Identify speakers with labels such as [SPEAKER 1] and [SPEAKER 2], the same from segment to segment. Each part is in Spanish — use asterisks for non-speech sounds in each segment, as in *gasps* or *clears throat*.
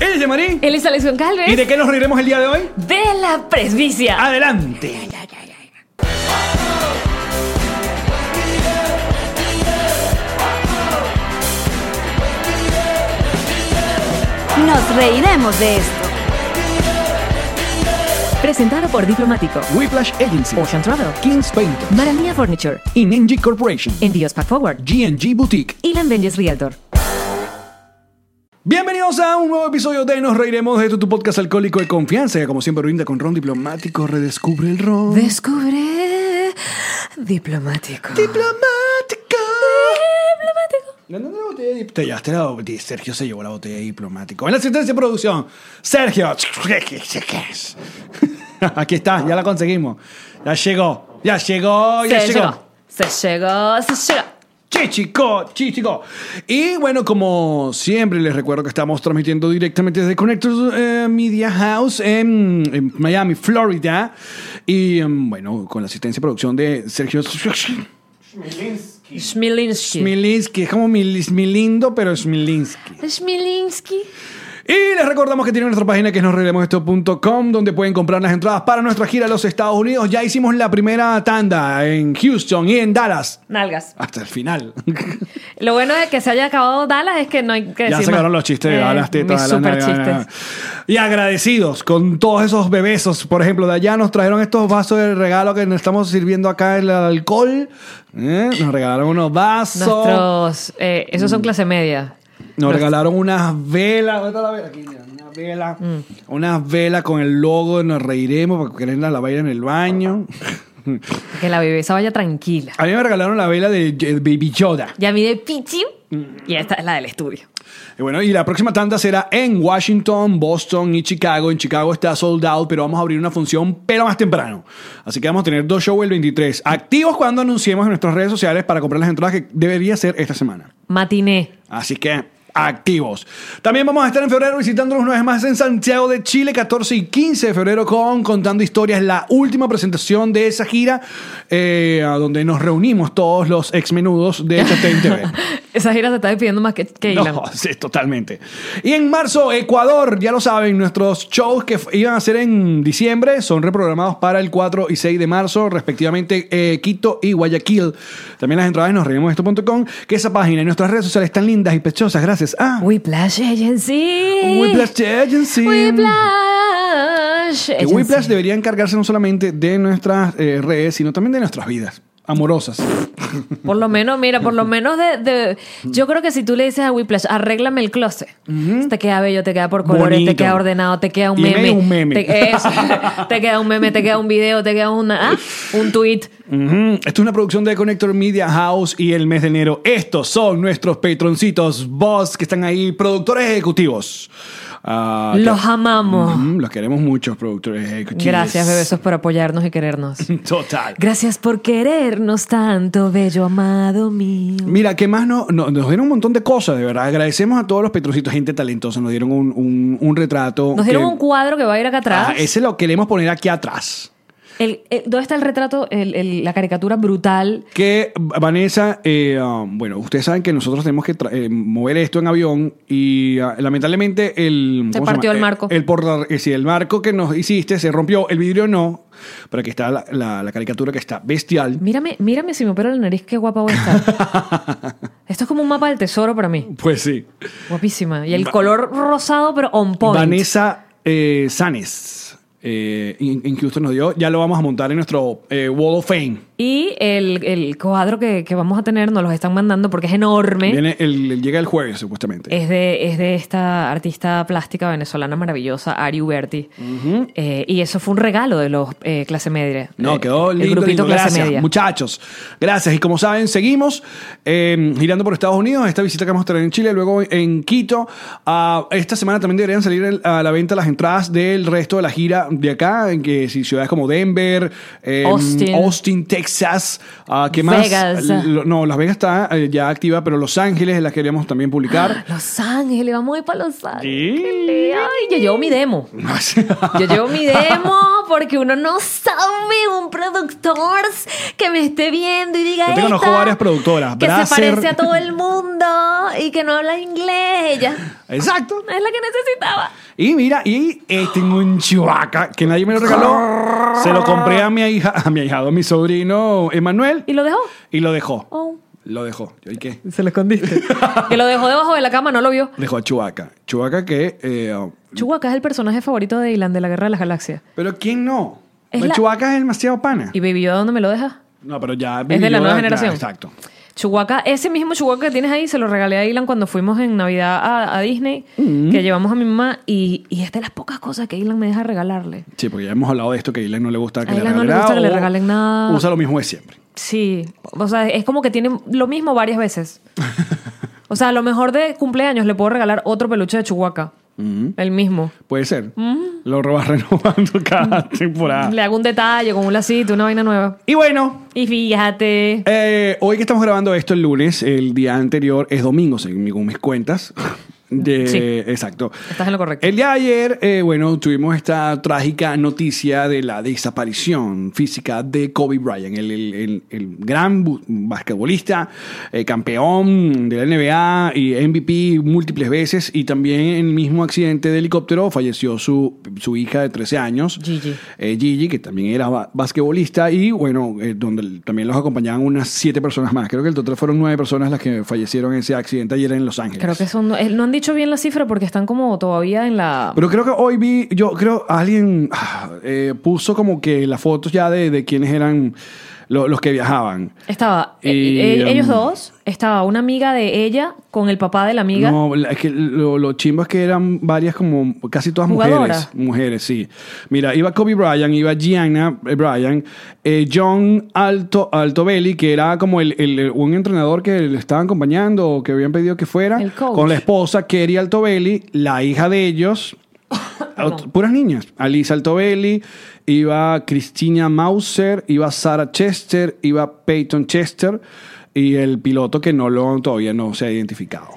[SPEAKER 1] Él es Yamarín.
[SPEAKER 2] Él es Alexion Calves.
[SPEAKER 1] ¿Y de Ah. qué nos reiremos el día de hoy?
[SPEAKER 2] De la presbicia.
[SPEAKER 1] Adelante.
[SPEAKER 3] Nos reiremos de esto.
[SPEAKER 2] Presentado por Diplomático,
[SPEAKER 1] Whiplash Agency,
[SPEAKER 2] Ocean Travel,
[SPEAKER 1] Kings Painter,
[SPEAKER 2] Maranía Furniture,
[SPEAKER 1] Inenji Corporation,
[SPEAKER 2] Envíos Pack Forward,
[SPEAKER 1] GNG Boutique.
[SPEAKER 2] y Venges Realtor.
[SPEAKER 1] Bienvenidos a un nuevo episodio de Nos Reiremos de esto, tu podcast alcohólico de confianza, que como siempre brinda con ron diplomático, redescubre el ron.
[SPEAKER 2] Descubre Diplomático.
[SPEAKER 1] diplomático. Diplomático. la botella de Te llevaste la botella. Sergio se llevó la botella de diplomático. En la asistencia de producción, Sergio. *laughs* Aquí está, ya la conseguimos. Ya llegó, ya llegó, ya
[SPEAKER 2] Se
[SPEAKER 1] llegó.
[SPEAKER 2] llegó. Se llegó, se llegó.
[SPEAKER 1] Chichico, chichico. Y bueno, como siempre, les recuerdo que estamos transmitiendo directamente desde Connectors eh, Media House en, en Miami, Florida. Y em, bueno, con la asistencia y producción de Sergio
[SPEAKER 2] Smilinski.
[SPEAKER 1] Smilinski. Es como mi, lindo, pero Smilinski.
[SPEAKER 2] Smilinski.
[SPEAKER 1] Y les recordamos que tiene nuestra página que es nosreiremosdeesto.com donde pueden comprar las entradas para nuestra gira a los Estados Unidos. Ya hicimos la primera tanda en Houston y en Dallas.
[SPEAKER 2] Nalgas.
[SPEAKER 1] Hasta el final.
[SPEAKER 2] Lo bueno de que se haya acabado Dallas es que no hay que decir
[SPEAKER 1] ya
[SPEAKER 2] más.
[SPEAKER 1] sacaron los chistes de
[SPEAKER 2] Eh,
[SPEAKER 1] Dallas, tetas.
[SPEAKER 2] mis
[SPEAKER 1] de la
[SPEAKER 2] super
[SPEAKER 1] nalga,
[SPEAKER 2] chistes.
[SPEAKER 1] nalga. Y agradecidos con todos esos bebesos. Por ejemplo, de allá nos trajeron estos vasos de regalo que nos estamos sirviendo acá el alcohol. ¿Eh? Nos regalaron unos vasos.
[SPEAKER 2] Nuestros. eh, esos
[SPEAKER 1] mm.
[SPEAKER 2] son clase media.
[SPEAKER 1] Nos regalaron unas velas. ¿Dónde está la vela? Aquí, mira, una vela.
[SPEAKER 2] Mm.
[SPEAKER 1] Unas velas con el logo de Nos Reiremos porque quieren la vaina en el
[SPEAKER 2] *laughs*
[SPEAKER 1] baño.
[SPEAKER 2] Que la bebesa vaya tranquila.
[SPEAKER 1] A mí me regalaron la vela de de Baby Yoda.
[SPEAKER 2] Y a mí de Pichi. Y esta es la del estudio.
[SPEAKER 1] Y bueno, y la próxima tanda será en Washington, Boston y Chicago. En Chicago está sold out, pero vamos a abrir una función, pero más temprano. Así que vamos a tener dos shows el 23. Activos cuando anunciemos en nuestras redes sociales para comprar las entradas que debería ser esta semana.
[SPEAKER 2] Matiné. *laughs*
[SPEAKER 1] Así que activos. También vamos a estar en febrero visitándonos una vez más en Santiago de Chile, 14 y 15 de febrero, con Contando Historias, la última presentación de esa gira, eh, a donde nos reunimos todos los exmenudos de Entertainment TV.
[SPEAKER 2] Esa gira se está despidiendo más que, que Ilan.
[SPEAKER 1] No, *laughs* sí, totalmente. Y en marzo, Ecuador, ya lo saben, nuestros shows que f- iban a ser en diciembre son reprogramados para el 4 y 6 de marzo, respectivamente eh, Quito y Guayaquil. También las entradas en nosreiremosesto.com, que esa página y nuestras redes sociales están lindas y pechosas, gracias. Ah,
[SPEAKER 2] Whiplash Agency.
[SPEAKER 1] Whiplash Agency.
[SPEAKER 2] Whiplash
[SPEAKER 1] Que
[SPEAKER 2] Agency.
[SPEAKER 1] Whiplash debería encargarse no solamente de nuestras eh, redes, sino también de nuestras vidas amorosas.
[SPEAKER 2] Por lo menos, mira, por lo menos de, de- Yo creo que si tú le dices a Whiplash, arréglame el closet, te queda bello, te queda por colores,
[SPEAKER 1] Bonito.
[SPEAKER 2] te queda ordenado, te queda un
[SPEAKER 1] Y
[SPEAKER 2] meme.
[SPEAKER 1] medio un meme.
[SPEAKER 2] Te, eso. *laughs* te queda un meme, te queda un video, te queda una, ah, un tweet.
[SPEAKER 1] Ujú. Esto es una producción de Connector Media House y el mes de enero estos son nuestros patroncitos, boss que están ahí, productores ejecutivos. Ah,
[SPEAKER 2] Los
[SPEAKER 1] que-
[SPEAKER 2] amamos.
[SPEAKER 1] Ujú, los queremos mucho, productores ejecutivos.
[SPEAKER 2] Gracias, bebesos, por apoyarnos y querernos.
[SPEAKER 1] Total.
[SPEAKER 2] Gracias por querernos tanto, bello amado mío.
[SPEAKER 1] Mira, que más no- no- nos dieron un montón de cosas, de verdad. Agradecemos a todos los petroncitos, gente talentosa. Nos dieron un, un- un retrato.
[SPEAKER 2] Nos dieron
[SPEAKER 1] que-
[SPEAKER 2] un cuadro que va a ir acá atrás.
[SPEAKER 1] Ajá, ese lo queremos poner aquí atrás.
[SPEAKER 2] El- el- ¿Dónde está el retrato, el- el- la caricatura brutal?
[SPEAKER 1] Que Vanessa, eh, um, bueno, ustedes saben que nosotros tenemos que tra- eh, mover esto en avión y ah, lamentablemente el...
[SPEAKER 2] Se
[SPEAKER 1] ¿cómo llama?
[SPEAKER 2] partió el
[SPEAKER 1] Eh,
[SPEAKER 2] marco.
[SPEAKER 1] El, porta- eh, sí, el marco que nos hiciste se rompió, el vidrio no, pero aquí está la, la- la caricatura que está bestial. *laughs*
[SPEAKER 2] Mírame, mírame si me opero la nariz, qué guapa voy a estar.
[SPEAKER 1] *laughs*
[SPEAKER 2] Esto es como un mapa del tesoro para mí.
[SPEAKER 1] Pues sí.
[SPEAKER 2] Guapísima. Y el color rosado, pero on point.
[SPEAKER 1] Vanessa eh, Sanes, eh, en, en que usted nos dio, ya lo vamos a montar en nuestro eh, Wall of Fame.
[SPEAKER 2] Y el, el cuadro que, que vamos a tener nos los están mandando porque es enorme.
[SPEAKER 1] Viene el- llega el jueves, supuestamente.
[SPEAKER 2] Es de, es de esta artista plástica venezolana maravillosa, Ari Uberti. Eh, y eso fue un regalo de los eh, clase media.
[SPEAKER 1] No,
[SPEAKER 2] Eh,
[SPEAKER 1] quedó
[SPEAKER 2] el
[SPEAKER 1] lindo,
[SPEAKER 2] grupito
[SPEAKER 1] lindo.
[SPEAKER 2] clase
[SPEAKER 1] Gracias,
[SPEAKER 2] media.
[SPEAKER 1] muchachos. Gracias. Y como saben, seguimos eh, girando por Estados Unidos. Esta visita que vamos a tener en Chile, luego en Quito. Ah, esta semana también deberían salir el- a la venta las entradas del resto de la gira de acá, en que si ciudades como Denver, eh,
[SPEAKER 2] Austin.
[SPEAKER 1] Austin, Texas, ah, ¿qué más?
[SPEAKER 2] Vegas.
[SPEAKER 1] Lo- No, Las Vegas está eh, ya activa, pero Los Ángeles la queríamos también
[SPEAKER 2] *gasps*
[SPEAKER 1] publicar. *laughs*
[SPEAKER 2] Los Ángeles, vamos a ir para Los Ángeles.
[SPEAKER 1] Sí.
[SPEAKER 2] Ay, yo llevo mi demo. Yo llevo mi demo porque uno no sabe un productor que me esté viendo y diga
[SPEAKER 1] Yo te
[SPEAKER 2] "Esta
[SPEAKER 1] conozco varias productoras,
[SPEAKER 2] que se
[SPEAKER 1] Brasser".
[SPEAKER 2] parece a todo el mundo y que no habla inglés ella
[SPEAKER 1] Exacto.
[SPEAKER 2] es la que necesitaba
[SPEAKER 1] Y mira, y eh, tengo un chihuahua que nadie me lo regaló. Se lo compré a mi hija, a mi ahijado, a mi sobrino Emanuel
[SPEAKER 2] y lo dejó
[SPEAKER 1] y lo dejó.
[SPEAKER 2] Oh.
[SPEAKER 1] Lo dejó. ¿Y qué?
[SPEAKER 2] se lo *laughs* escondiste que lo dejó debajo de la cama no lo vio
[SPEAKER 1] Dejó a Chihuahua. Chihuahua que. eh,
[SPEAKER 2] Chewbacca es el personaje favorito de Ilan de la Guerra de las Galaxias
[SPEAKER 1] pero ¿quién no?
[SPEAKER 2] Es
[SPEAKER 1] El
[SPEAKER 2] la-
[SPEAKER 1] Chihuahua es demasiado pana.
[SPEAKER 2] y Baby Yoda dónde me lo deja
[SPEAKER 1] No, pero ya.
[SPEAKER 2] de la
[SPEAKER 1] vivió
[SPEAKER 2] nueva generación.
[SPEAKER 1] exacto.
[SPEAKER 2] Chewbacca, ese mismo Chewbacca que tienes ahí, se lo regalé a Ilan cuando fuimos en Navidad a, a Disney, que llevamos a mi mamá, y, y es de las pocas cosas que Ilan me deja regalarle.
[SPEAKER 1] Sí, porque ya hemos hablado de esto que a Ilan no le gusta que
[SPEAKER 2] A
[SPEAKER 1] le
[SPEAKER 2] Ilan no
[SPEAKER 1] regalen
[SPEAKER 2] le
[SPEAKER 1] nada.
[SPEAKER 2] gusta que le
[SPEAKER 1] o
[SPEAKER 2] regalen nada.
[SPEAKER 1] Usa lo mismo de siempre.
[SPEAKER 2] Sí, o sea, es como que tiene lo mismo varias veces. O sea, a lo mejor de cumpleaños le puedo regalar otro peluche de Chewbacca, el mismo.
[SPEAKER 1] Puede ser.
[SPEAKER 2] Mm.
[SPEAKER 1] Lo vas *laughs* renovando
[SPEAKER 2] *laughs*
[SPEAKER 1] cada temporada.
[SPEAKER 2] Le hago un detalle con un lacito, una vaina nueva.
[SPEAKER 1] Y bueno,
[SPEAKER 2] Y fíjate,
[SPEAKER 1] Eh, hoy que estamos grabando esto el lunes, el día anterior es domingo, según mis
[SPEAKER 2] *laughs*
[SPEAKER 1] cuentas. De-
[SPEAKER 2] Sí.
[SPEAKER 1] Exacto.
[SPEAKER 2] estás en lo correcto.
[SPEAKER 1] El día de ayer, eh, bueno, tuvimos esta trágica noticia de la desaparición física de Kobe Bryant, el, el- el- el gran bu- basquetbolista, eh, campeón de la NBA y MVP múltiples veces. Y también en el mismo accidente de helicóptero falleció su, su hija de 13 años,
[SPEAKER 2] Gigi.
[SPEAKER 1] eh, Gigi, que también era ba- basquetbolista, y bueno, eh, donde l- también los acompañaban unas siete personas más. Creo que el total fueron nueve personas las que fallecieron en ese accidente ayer en Los Ángeles.
[SPEAKER 2] Creo que son... eh, No han dicho bien la cifra porque están como todavía en la...
[SPEAKER 1] Pero creo que hoy vi, yo creo alguien ah, eh, puso como que las fotos ya de, de quienes eran lo- los que viajaban.
[SPEAKER 2] Estaba eh,
[SPEAKER 1] Y,
[SPEAKER 2] eh,
[SPEAKER 1] um,
[SPEAKER 2] ellos dos, estaba una amiga de ella con el papá de la amiga.
[SPEAKER 1] No, la- es que lo, lo chimbo es que eran varias como casi todas
[SPEAKER 2] Jugadoras.
[SPEAKER 1] mujeres. Mujeres, sí. Mira, iba Kobe Bryant, iba Gianna eh, Bryant, eh, John Alto Altobelli, que era como el, el- un entrenador que le estaban acompañando o que habían pedido que fuera,
[SPEAKER 2] El coach.
[SPEAKER 1] con la esposa Kerry Altobelli, la hija de
[SPEAKER 2] *coughs*
[SPEAKER 1] ellos. Ot- Puras niñas. Alisa Altobelli, iba Cristina Mauser, iba Sarah Chester, iba Peyton Chester y el piloto que no lo, todavía no se ha identificado.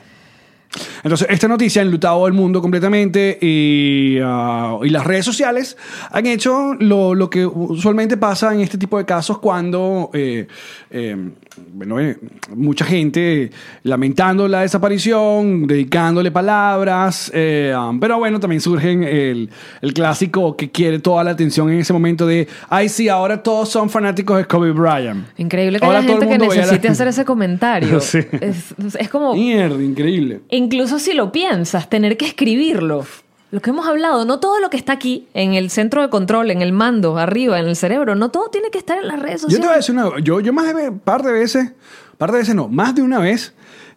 [SPEAKER 1] Entonces, esta noticia ha enlutado al mundo completamente y, ah, y las redes sociales han hecho lo, lo que usualmente pasa en este tipo de casos cuando eh, eh, bueno, eh, mucha gente lamentando la desaparición, dedicándole palabras, eh, ah, pero bueno, también surgen el, el clásico que quiere toda la atención en ese momento de, ay sí, ahora todos son fanáticos de Kobe Bryant.
[SPEAKER 2] Increíble que
[SPEAKER 1] Ahora
[SPEAKER 2] haya
[SPEAKER 1] todo el
[SPEAKER 2] gente que
[SPEAKER 1] mundo vea la-
[SPEAKER 2] necesite hacer ese
[SPEAKER 1] *laughs*
[SPEAKER 2] comentario.
[SPEAKER 1] Sí.
[SPEAKER 2] es, es como,
[SPEAKER 1] Mierda, increíble.
[SPEAKER 2] incluso si lo piensas, tener que escribirlo. Lo que hemos hablado, no todo lo que está aquí, en el centro de control, en el mando, arriba, en el cerebro, no todo tiene que estar en las redes
[SPEAKER 1] Yo te voy a
[SPEAKER 2] sociales.
[SPEAKER 1] decir una yo, yo más de ve- par de veces, par de veces no, más de una vez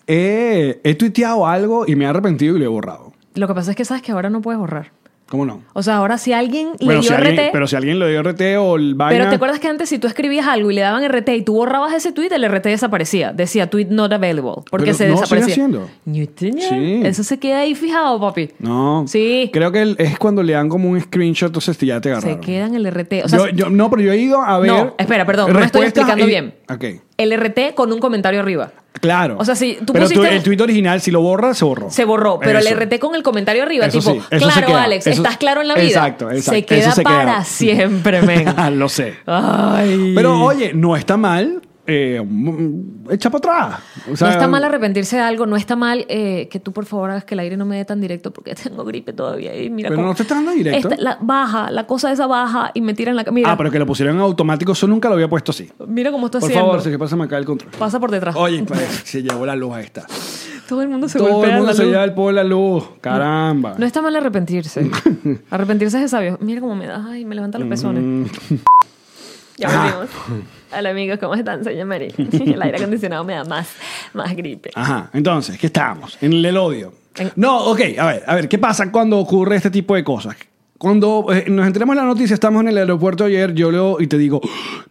[SPEAKER 1] he, he tuiteado algo y me he arrepentido y lo he borrado.
[SPEAKER 2] Lo que pasa es que sabes que ahora no puedes borrar.
[SPEAKER 1] ¿Cómo no?
[SPEAKER 2] O sea, ahora si alguien le
[SPEAKER 1] Bueno,
[SPEAKER 2] dio
[SPEAKER 1] si
[SPEAKER 2] RT...
[SPEAKER 1] alguien, pero si alguien lo dio RT o el vaina...
[SPEAKER 2] Pero te acuerdas que antes si tú escribías algo y le daban RT y tú borrabas ese tweet, el RT desaparecía. Decía tweet not available. Porque
[SPEAKER 1] Pero
[SPEAKER 2] se
[SPEAKER 1] no, sigue
[SPEAKER 2] desaparecía.
[SPEAKER 1] haciendo.
[SPEAKER 2] Newton,
[SPEAKER 1] Sí.
[SPEAKER 2] Eso se queda ahí fijado, papi.
[SPEAKER 1] No.
[SPEAKER 2] Sí.
[SPEAKER 1] Creo que el- es cuando le dan como un screenshot, entonces ya te
[SPEAKER 2] se
[SPEAKER 1] agarraron.
[SPEAKER 2] queda en el RT. O sea,
[SPEAKER 1] Yo- yo- no, pero yo he ido a ver...
[SPEAKER 2] No, espera, perdón, no estoy
[SPEAKER 1] respuestas
[SPEAKER 2] explicando
[SPEAKER 1] y-
[SPEAKER 2] bien.
[SPEAKER 1] Ok,
[SPEAKER 2] el RT con un comentario arriba.
[SPEAKER 1] claro.
[SPEAKER 2] O sea, si tú
[SPEAKER 1] pero
[SPEAKER 2] pusiste-
[SPEAKER 1] el tuit original, si lo borra, se borró.
[SPEAKER 2] Se borró, pero
[SPEAKER 1] Eso.
[SPEAKER 2] el RT con el comentario arriba,
[SPEAKER 1] Eso
[SPEAKER 2] tipo,
[SPEAKER 1] sí, eso se
[SPEAKER 2] claro,
[SPEAKER 1] queda.
[SPEAKER 2] Alex,
[SPEAKER 1] Eso-
[SPEAKER 2] estás claro en la vida.
[SPEAKER 1] Exacto, exacto.
[SPEAKER 2] Se
[SPEAKER 1] Eso
[SPEAKER 2] queda
[SPEAKER 1] se queda.
[SPEAKER 2] para
[SPEAKER 1] *laughs*
[SPEAKER 2] siempre, men.
[SPEAKER 1] lo sé.
[SPEAKER 2] Ay.
[SPEAKER 1] Pero oye, no está mal. Eh, mm, echa para atrás. O sea, um,
[SPEAKER 2] no está mal arrepentirse de algo, no está mal eh, que tú por favor hagas que el aire no me dé tan directo porque *laughs* tengo gripe todavía. Y mira
[SPEAKER 1] Pero
[SPEAKER 2] cómo-
[SPEAKER 1] no te está dando directo.
[SPEAKER 2] Esta- la baja, la cosa esa baja y me tiran la... ca- Mira,
[SPEAKER 1] Ah, pero que lo pusieron en automático, eso nunca lo había puesto así.
[SPEAKER 2] mira cómo estoy
[SPEAKER 1] Por
[SPEAKER 2] haciendo.
[SPEAKER 1] favor, que pásame acá el control.
[SPEAKER 2] Pasa por detrás.
[SPEAKER 1] Oye, parece que se llevó la luz a esta.
[SPEAKER 2] Todo el mundo Ah. *laughs* se
[SPEAKER 1] Todo
[SPEAKER 2] golpea
[SPEAKER 1] el mundo
[SPEAKER 2] la
[SPEAKER 1] se
[SPEAKER 2] luz.
[SPEAKER 1] lleva el pobre la luz. Caramba.
[SPEAKER 2] No está
[SPEAKER 1] *laughs*
[SPEAKER 2] mal arrepentirse. arrepentirse es de sabio. Mira cómo me da. Ay, me levanta
[SPEAKER 1] Mm.
[SPEAKER 2] los pezones. ya
[SPEAKER 1] Ah.
[SPEAKER 2] volvimos. Hola amigos, ¿cómo están? Soy Mary. *laughs* el aire acondicionado me da más, más gripe.
[SPEAKER 1] Ajá, entonces, ¿qué estábamos? En el odio.
[SPEAKER 2] En-
[SPEAKER 1] No, ok, a ver, a ver, ¿qué pasa cuando ocurre este tipo de cosas? Cuando eh, nos enteramos en la noticia, estamos en el aeropuerto ayer, yo leo y te digo,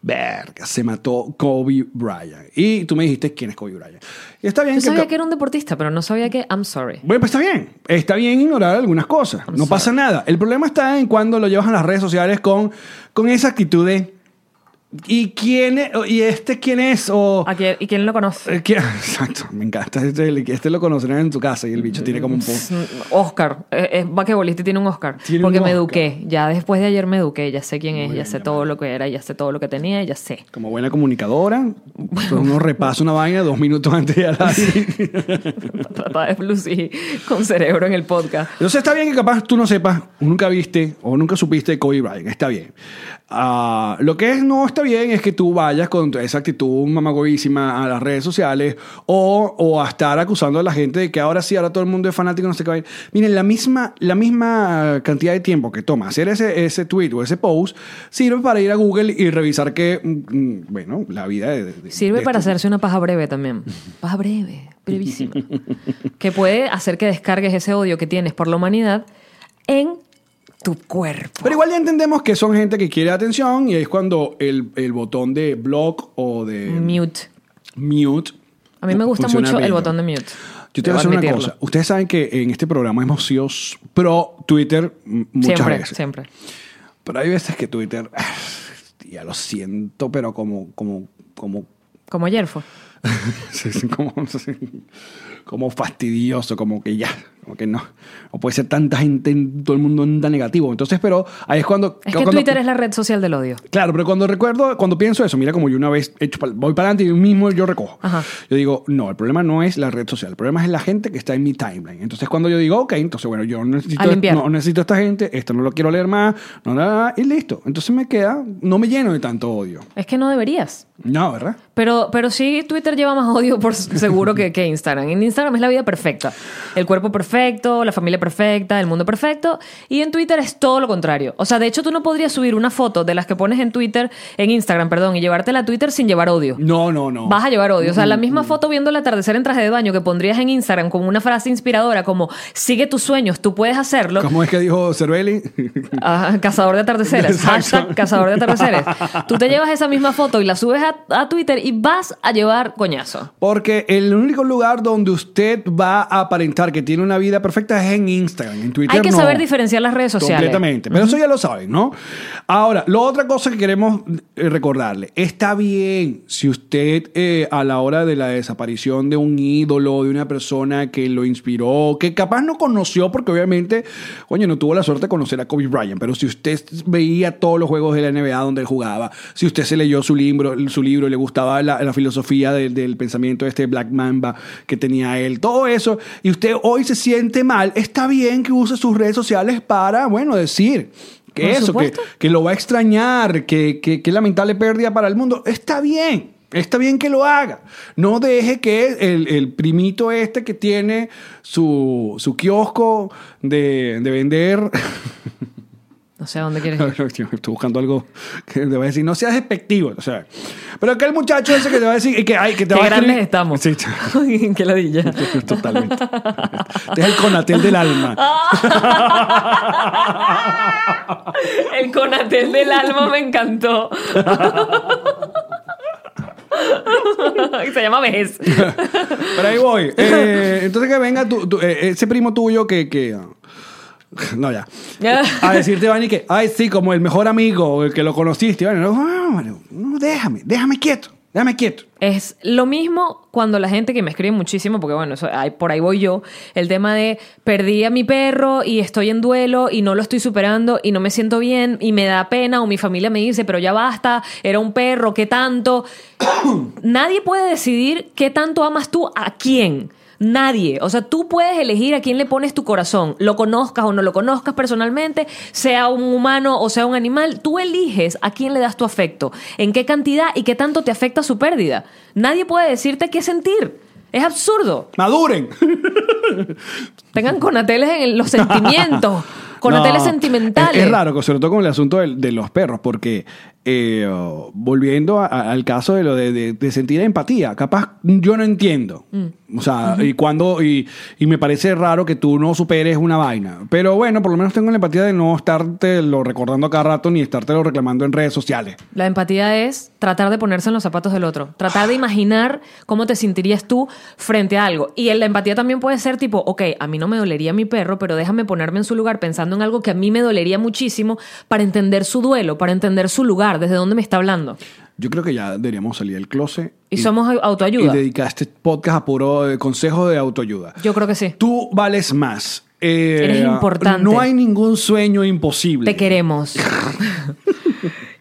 [SPEAKER 1] verga, se mató Kobe Bryant. Y tú me dijiste, ¿quién es Kobe Bryant? Y está bien
[SPEAKER 2] Yo sabía
[SPEAKER 1] Ko-
[SPEAKER 2] que era un deportista, pero no sabía que I'm sorry.
[SPEAKER 1] Bueno, pues está bien. Está bien ignorar algunas cosas. No pasa nada. El problema está en cuando lo llevas a las redes sociales con, con esa actitud de ¿Y quién es? ¿Y este quién es? O,
[SPEAKER 2] ¿A quién- ¿Y quién lo conoce?
[SPEAKER 1] eh, ¿quién- *laughs* Exacto, me encanta. Este, este lo conocerán en tu casa y el bicho tiene como un... po-
[SPEAKER 2] Oscar, eh, es, basquetbolista y tiene un Oscar.
[SPEAKER 1] Tiene
[SPEAKER 2] porque
[SPEAKER 1] un
[SPEAKER 2] me
[SPEAKER 1] Oscar.
[SPEAKER 2] eduqué. Ya después de ayer me eduqué. Ya sé quién es, ya sé todo lo que era, ya sé todo lo que tenía, ya sé. *laughs*
[SPEAKER 1] Como buena comunicadora, pues uno repasa una vaina dos minutos antes de hablar.
[SPEAKER 2] Papá de Lucy con cerebro en el podcast.
[SPEAKER 1] Entonces está bien que capaz tú no sepas, o nunca viste o nunca supiste de Kobe Bryant. Está bien. Ah, lo que es- no está bien es que tú vayas con esa actitud mamagobísima a las redes sociales o, o a estar acusando a la gente de que ahora sí, ahora todo el mundo es fanático, no sé qué. vaina. Miren, la misma, la misma cantidad de tiempo que toma hacer ese, ese tweet o ese post sirve para ir a Google y revisar que, mm, mm, bueno, la vida de. de-
[SPEAKER 2] Sirve
[SPEAKER 1] de
[SPEAKER 2] para
[SPEAKER 1] este-
[SPEAKER 2] hacerse una paja breve también. Paja breve,
[SPEAKER 1] *laughs*
[SPEAKER 2] brevísima. que puede hacer que descargues ese odio que tienes por la humanidad en tu cuerpo.
[SPEAKER 1] Pero igual ya entendemos que son gente que quiere atención y es cuando el, el botón de block o de
[SPEAKER 2] Mute.
[SPEAKER 1] mute.
[SPEAKER 2] A mí me gusta
[SPEAKER 1] funciona
[SPEAKER 2] mucho el
[SPEAKER 1] bello.
[SPEAKER 2] botón de mute.
[SPEAKER 1] Yo te voy a
[SPEAKER 2] Debo
[SPEAKER 1] decir una
[SPEAKER 2] admitirlo.
[SPEAKER 1] cosa. Ustedes saben que en este programa hemos sido s- pro Twitter m- muchas
[SPEAKER 2] siempre,
[SPEAKER 1] veces.
[SPEAKER 2] siempre.
[SPEAKER 1] Pero hay veces que Twitter, *sighs* ya lo siento, pero como, como, como, *laughs*
[SPEAKER 2] Como ayer fue.
[SPEAKER 1] como, *laughs* como fastidioso, como que ya, como que no. No puede ser tanta gente, en- todo el mundo tan negativo. Entonces, pero ahí es cuando...
[SPEAKER 2] Es que
[SPEAKER 1] cuando-
[SPEAKER 2] Twitter es la red social del odio.
[SPEAKER 1] Claro, pero cuando recuerdo, cuando pienso eso, mira como yo una vez hecho pa'l- voy para adelante y yo mismo yo recojo.
[SPEAKER 2] Ajá.
[SPEAKER 1] Yo digo, no, el problema no es la red social, el problema es la gente que está en mi timeline. Entonces cuando yo digo, ok, entonces bueno, yo necesito,
[SPEAKER 2] A limpiar.
[SPEAKER 1] no, necesito a esta gente, esto no lo quiero leer más, no, nada, nada, y listo. Entonces me queda, no me lleno de tanto odio.
[SPEAKER 2] Es que no deberías.
[SPEAKER 1] No, ¿verdad?
[SPEAKER 2] Pero, pero sí, Twitter lleva más odio por seguro que, que Instagram. En Instagram es la vida perfecta. El cuerpo perfecto, la familia perfecta, el mundo perfecto. Y en Twitter es todo lo contrario. O sea, de hecho, tú no podrías subir una foto de las que pones en Twitter, en Instagram, perdón, y llevártela a Twitter sin llevar odio.
[SPEAKER 1] No, Mm. no, no.
[SPEAKER 2] Vas a llevar odio. O sea, la misma foto viendo el atardecer en traje de baño que pondrías en Instagram con una frase inspiradora como sigue tus sueños, tú puedes hacerlo.
[SPEAKER 1] ¿Cómo es que dijo Cervelli?
[SPEAKER 2] *laughs*
[SPEAKER 1] *laughs*
[SPEAKER 2] Ah, cazador de atardeceres.
[SPEAKER 1] Exacto.
[SPEAKER 2] Hashtag cazador de atardeceres. Tú te llevas esa misma foto y la subes a, a Twitter y vas a llevar coñazo.
[SPEAKER 1] Porque el único lugar donde usted va a aparentar que tiene una vida perfecta es en Instagram, en Twitter.
[SPEAKER 2] Hay que
[SPEAKER 1] no.
[SPEAKER 2] saber diferenciar las redes sociales.
[SPEAKER 1] Completamente. Pero eso ya lo saben, ¿no? Ahora, la otra cosa que queremos eh, recordarle. Está bien si usted eh, a la hora de la desaparición de un ídolo, de una persona que lo inspiró, que capaz no conoció porque obviamente, coño, no tuvo la suerte de conocer a Kobe Bryant, pero si usted veía todos los juegos de la NBA donde él jugaba, si usted se leyó su libro, su libro y le gustaba la, la filosofía del, del pensamiento de este Black Mamba que tenía él, todo eso, y usted hoy se siente mal, está bien que use sus redes sociales para, bueno, decir que
[SPEAKER 2] Por
[SPEAKER 1] eso, que,
[SPEAKER 2] supuesto.
[SPEAKER 1] que lo va a extrañar, que, que, que lamentable pérdida para el mundo, está bien. Está bien que lo haga. No deje que el, el primito este que tiene su, su kiosco de, de vender
[SPEAKER 2] No sé a dónde quieres
[SPEAKER 1] No,
[SPEAKER 2] ir.
[SPEAKER 1] no, *laughs* yo Estoy buscando algo que te va a decir, no seas despectivo. O sea, pero que el muchacho ese que te va a decir y que, ay, que te
[SPEAKER 2] Qué
[SPEAKER 1] va a
[SPEAKER 2] grandes
[SPEAKER 1] escribir-
[SPEAKER 2] estamos.
[SPEAKER 1] Sí, *laughs* ch-
[SPEAKER 2] *laughs* Qué ladilla.
[SPEAKER 1] totalmente. Este es el conatel del alma.
[SPEAKER 2] *laughs* El conatel del alma me encantó. *laughs* Se llama vejez.
[SPEAKER 1] Pero ahí
[SPEAKER 2] *laughs*
[SPEAKER 1] voy. Eh, entonces que venga tu- tu- eh, ese primo tuyo que... que- no, ya. A decirte, Vani, que, ay, sí, como el mejor amigo, el que lo conociste. Vani, no, no, no, no, déjame, déjame quieto, déjame quieto.
[SPEAKER 2] Es lo mismo cuando la gente que me escribe muchísimo, porque bueno, eso, ahí- por ahí voy yo, el tema de perdí a mi perro y estoy en duelo y no lo estoy superando y no me siento bien y me da pena o mi familia me dice, pero ya basta, era un perro, ¿qué tanto? Nadie puede decidir qué tanto amas tú a quién. Nadie. O sea, tú puedes elegir a quién le pones tu corazón. Lo conozcas o no lo conozcas personalmente, sea un humano o sea un animal. Tú eliges a quién le das tu afecto, en qué cantidad y qué tanto te afecta su pérdida. Nadie puede decirte qué sentir. Es absurdo.
[SPEAKER 1] Maduren.
[SPEAKER 2] Tengan conateles en
[SPEAKER 1] *laughs*
[SPEAKER 2] los sentimientos. Conateles
[SPEAKER 1] No,
[SPEAKER 2] sentimentales.
[SPEAKER 1] Es, es raro, sobre todo con el asunto del- de, los perros, porque eh, oh, volviendo a- a- al caso de lo de, de- de sentir empatía, capaz yo no entiendo.
[SPEAKER 2] Mm.
[SPEAKER 1] O sea, y cuando, y, y me parece raro que tú no superes una vaina. Pero bueno, por lo menos tengo la empatía de no estarte lo recordando a cada rato ni estarte lo reclamando en redes sociales.
[SPEAKER 2] La empatía es tratar de ponerse en los zapatos del otro, tratar de imaginar cómo te sentirías tú frente a algo. Y en la empatía también puede ser tipo, ok, a mí no me dolería mi perro, pero déjame ponerme en su lugar pensando en algo que a mí me dolería muchísimo para entender su duelo, para entender su lugar, desde dónde me está hablando.
[SPEAKER 1] Yo creo que ya deberíamos salir del closet.
[SPEAKER 2] Y somos au- autoayuda.
[SPEAKER 1] Y dedicaste podcast a puro eh, consejo de autoayuda.
[SPEAKER 2] Yo creo que sí.
[SPEAKER 1] Tú vales más. Eh,
[SPEAKER 2] Eres importante.
[SPEAKER 1] No hay ningún sueño imposible. *laughs*
[SPEAKER 2] Te queremos. *laughs*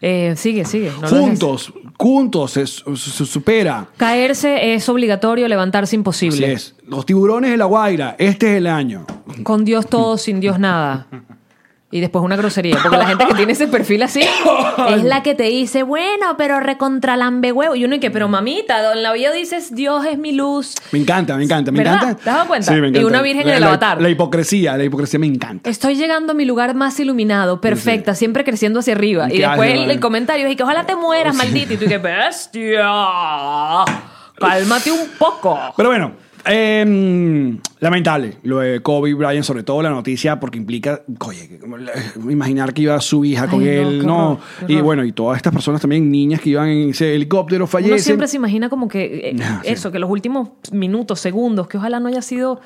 [SPEAKER 2] Eh, sigue, sigue. no lo dejes.
[SPEAKER 1] juntos, juntos, se, su- se supera.
[SPEAKER 2] Caerse es obligatorio, levantarse
[SPEAKER 1] Así
[SPEAKER 2] imposible.
[SPEAKER 1] es. Los tiburones de la Guaira, este es el año.
[SPEAKER 2] Con Dios todo, sin Dios nada. Y después una grosería. Porque la gente que tiene ese perfil así es la que te dice, bueno, pero recontralambe huevo. Y uno y que, pero mamita, en la vida dices, Dios es mi luz.
[SPEAKER 1] Me encanta, me encanta, me
[SPEAKER 2] ¿Verdad?
[SPEAKER 1] encanta.
[SPEAKER 2] ¿Te has dado cuenta?
[SPEAKER 1] Sí, me
[SPEAKER 2] Y
[SPEAKER 1] encanta.
[SPEAKER 2] una virgen en el
[SPEAKER 1] La-
[SPEAKER 2] avatar.
[SPEAKER 1] La hipocresía, la hipocresía me encanta.
[SPEAKER 2] Estoy llegando a mi lugar más iluminado, perfecta, siempre creciendo hacia arriba. Y
[SPEAKER 1] Qué
[SPEAKER 2] después
[SPEAKER 1] ágil,
[SPEAKER 2] el,
[SPEAKER 1] vale.
[SPEAKER 2] el comentario es que ojalá te mueras, maldito. Y tú que, bestia, cálmate un poco.
[SPEAKER 1] Pero bueno, eh, lamentable lo de Kobe Bryant, sobre todo la noticia, porque implica, oye, que- imaginar que iba su hija con
[SPEAKER 2] Ay, no,
[SPEAKER 1] él,
[SPEAKER 2] qué
[SPEAKER 1] no.
[SPEAKER 2] horror, qué
[SPEAKER 1] y
[SPEAKER 2] horror.
[SPEAKER 1] bueno, y todas estas personas también, niñas que iban en ese helicóptero,
[SPEAKER 2] Uno
[SPEAKER 1] fallecen.
[SPEAKER 2] siempre se imagina como que eh,
[SPEAKER 1] Ah, sí.
[SPEAKER 2] eso, que los últimos minutos, segundos, que ojalá no haya sido...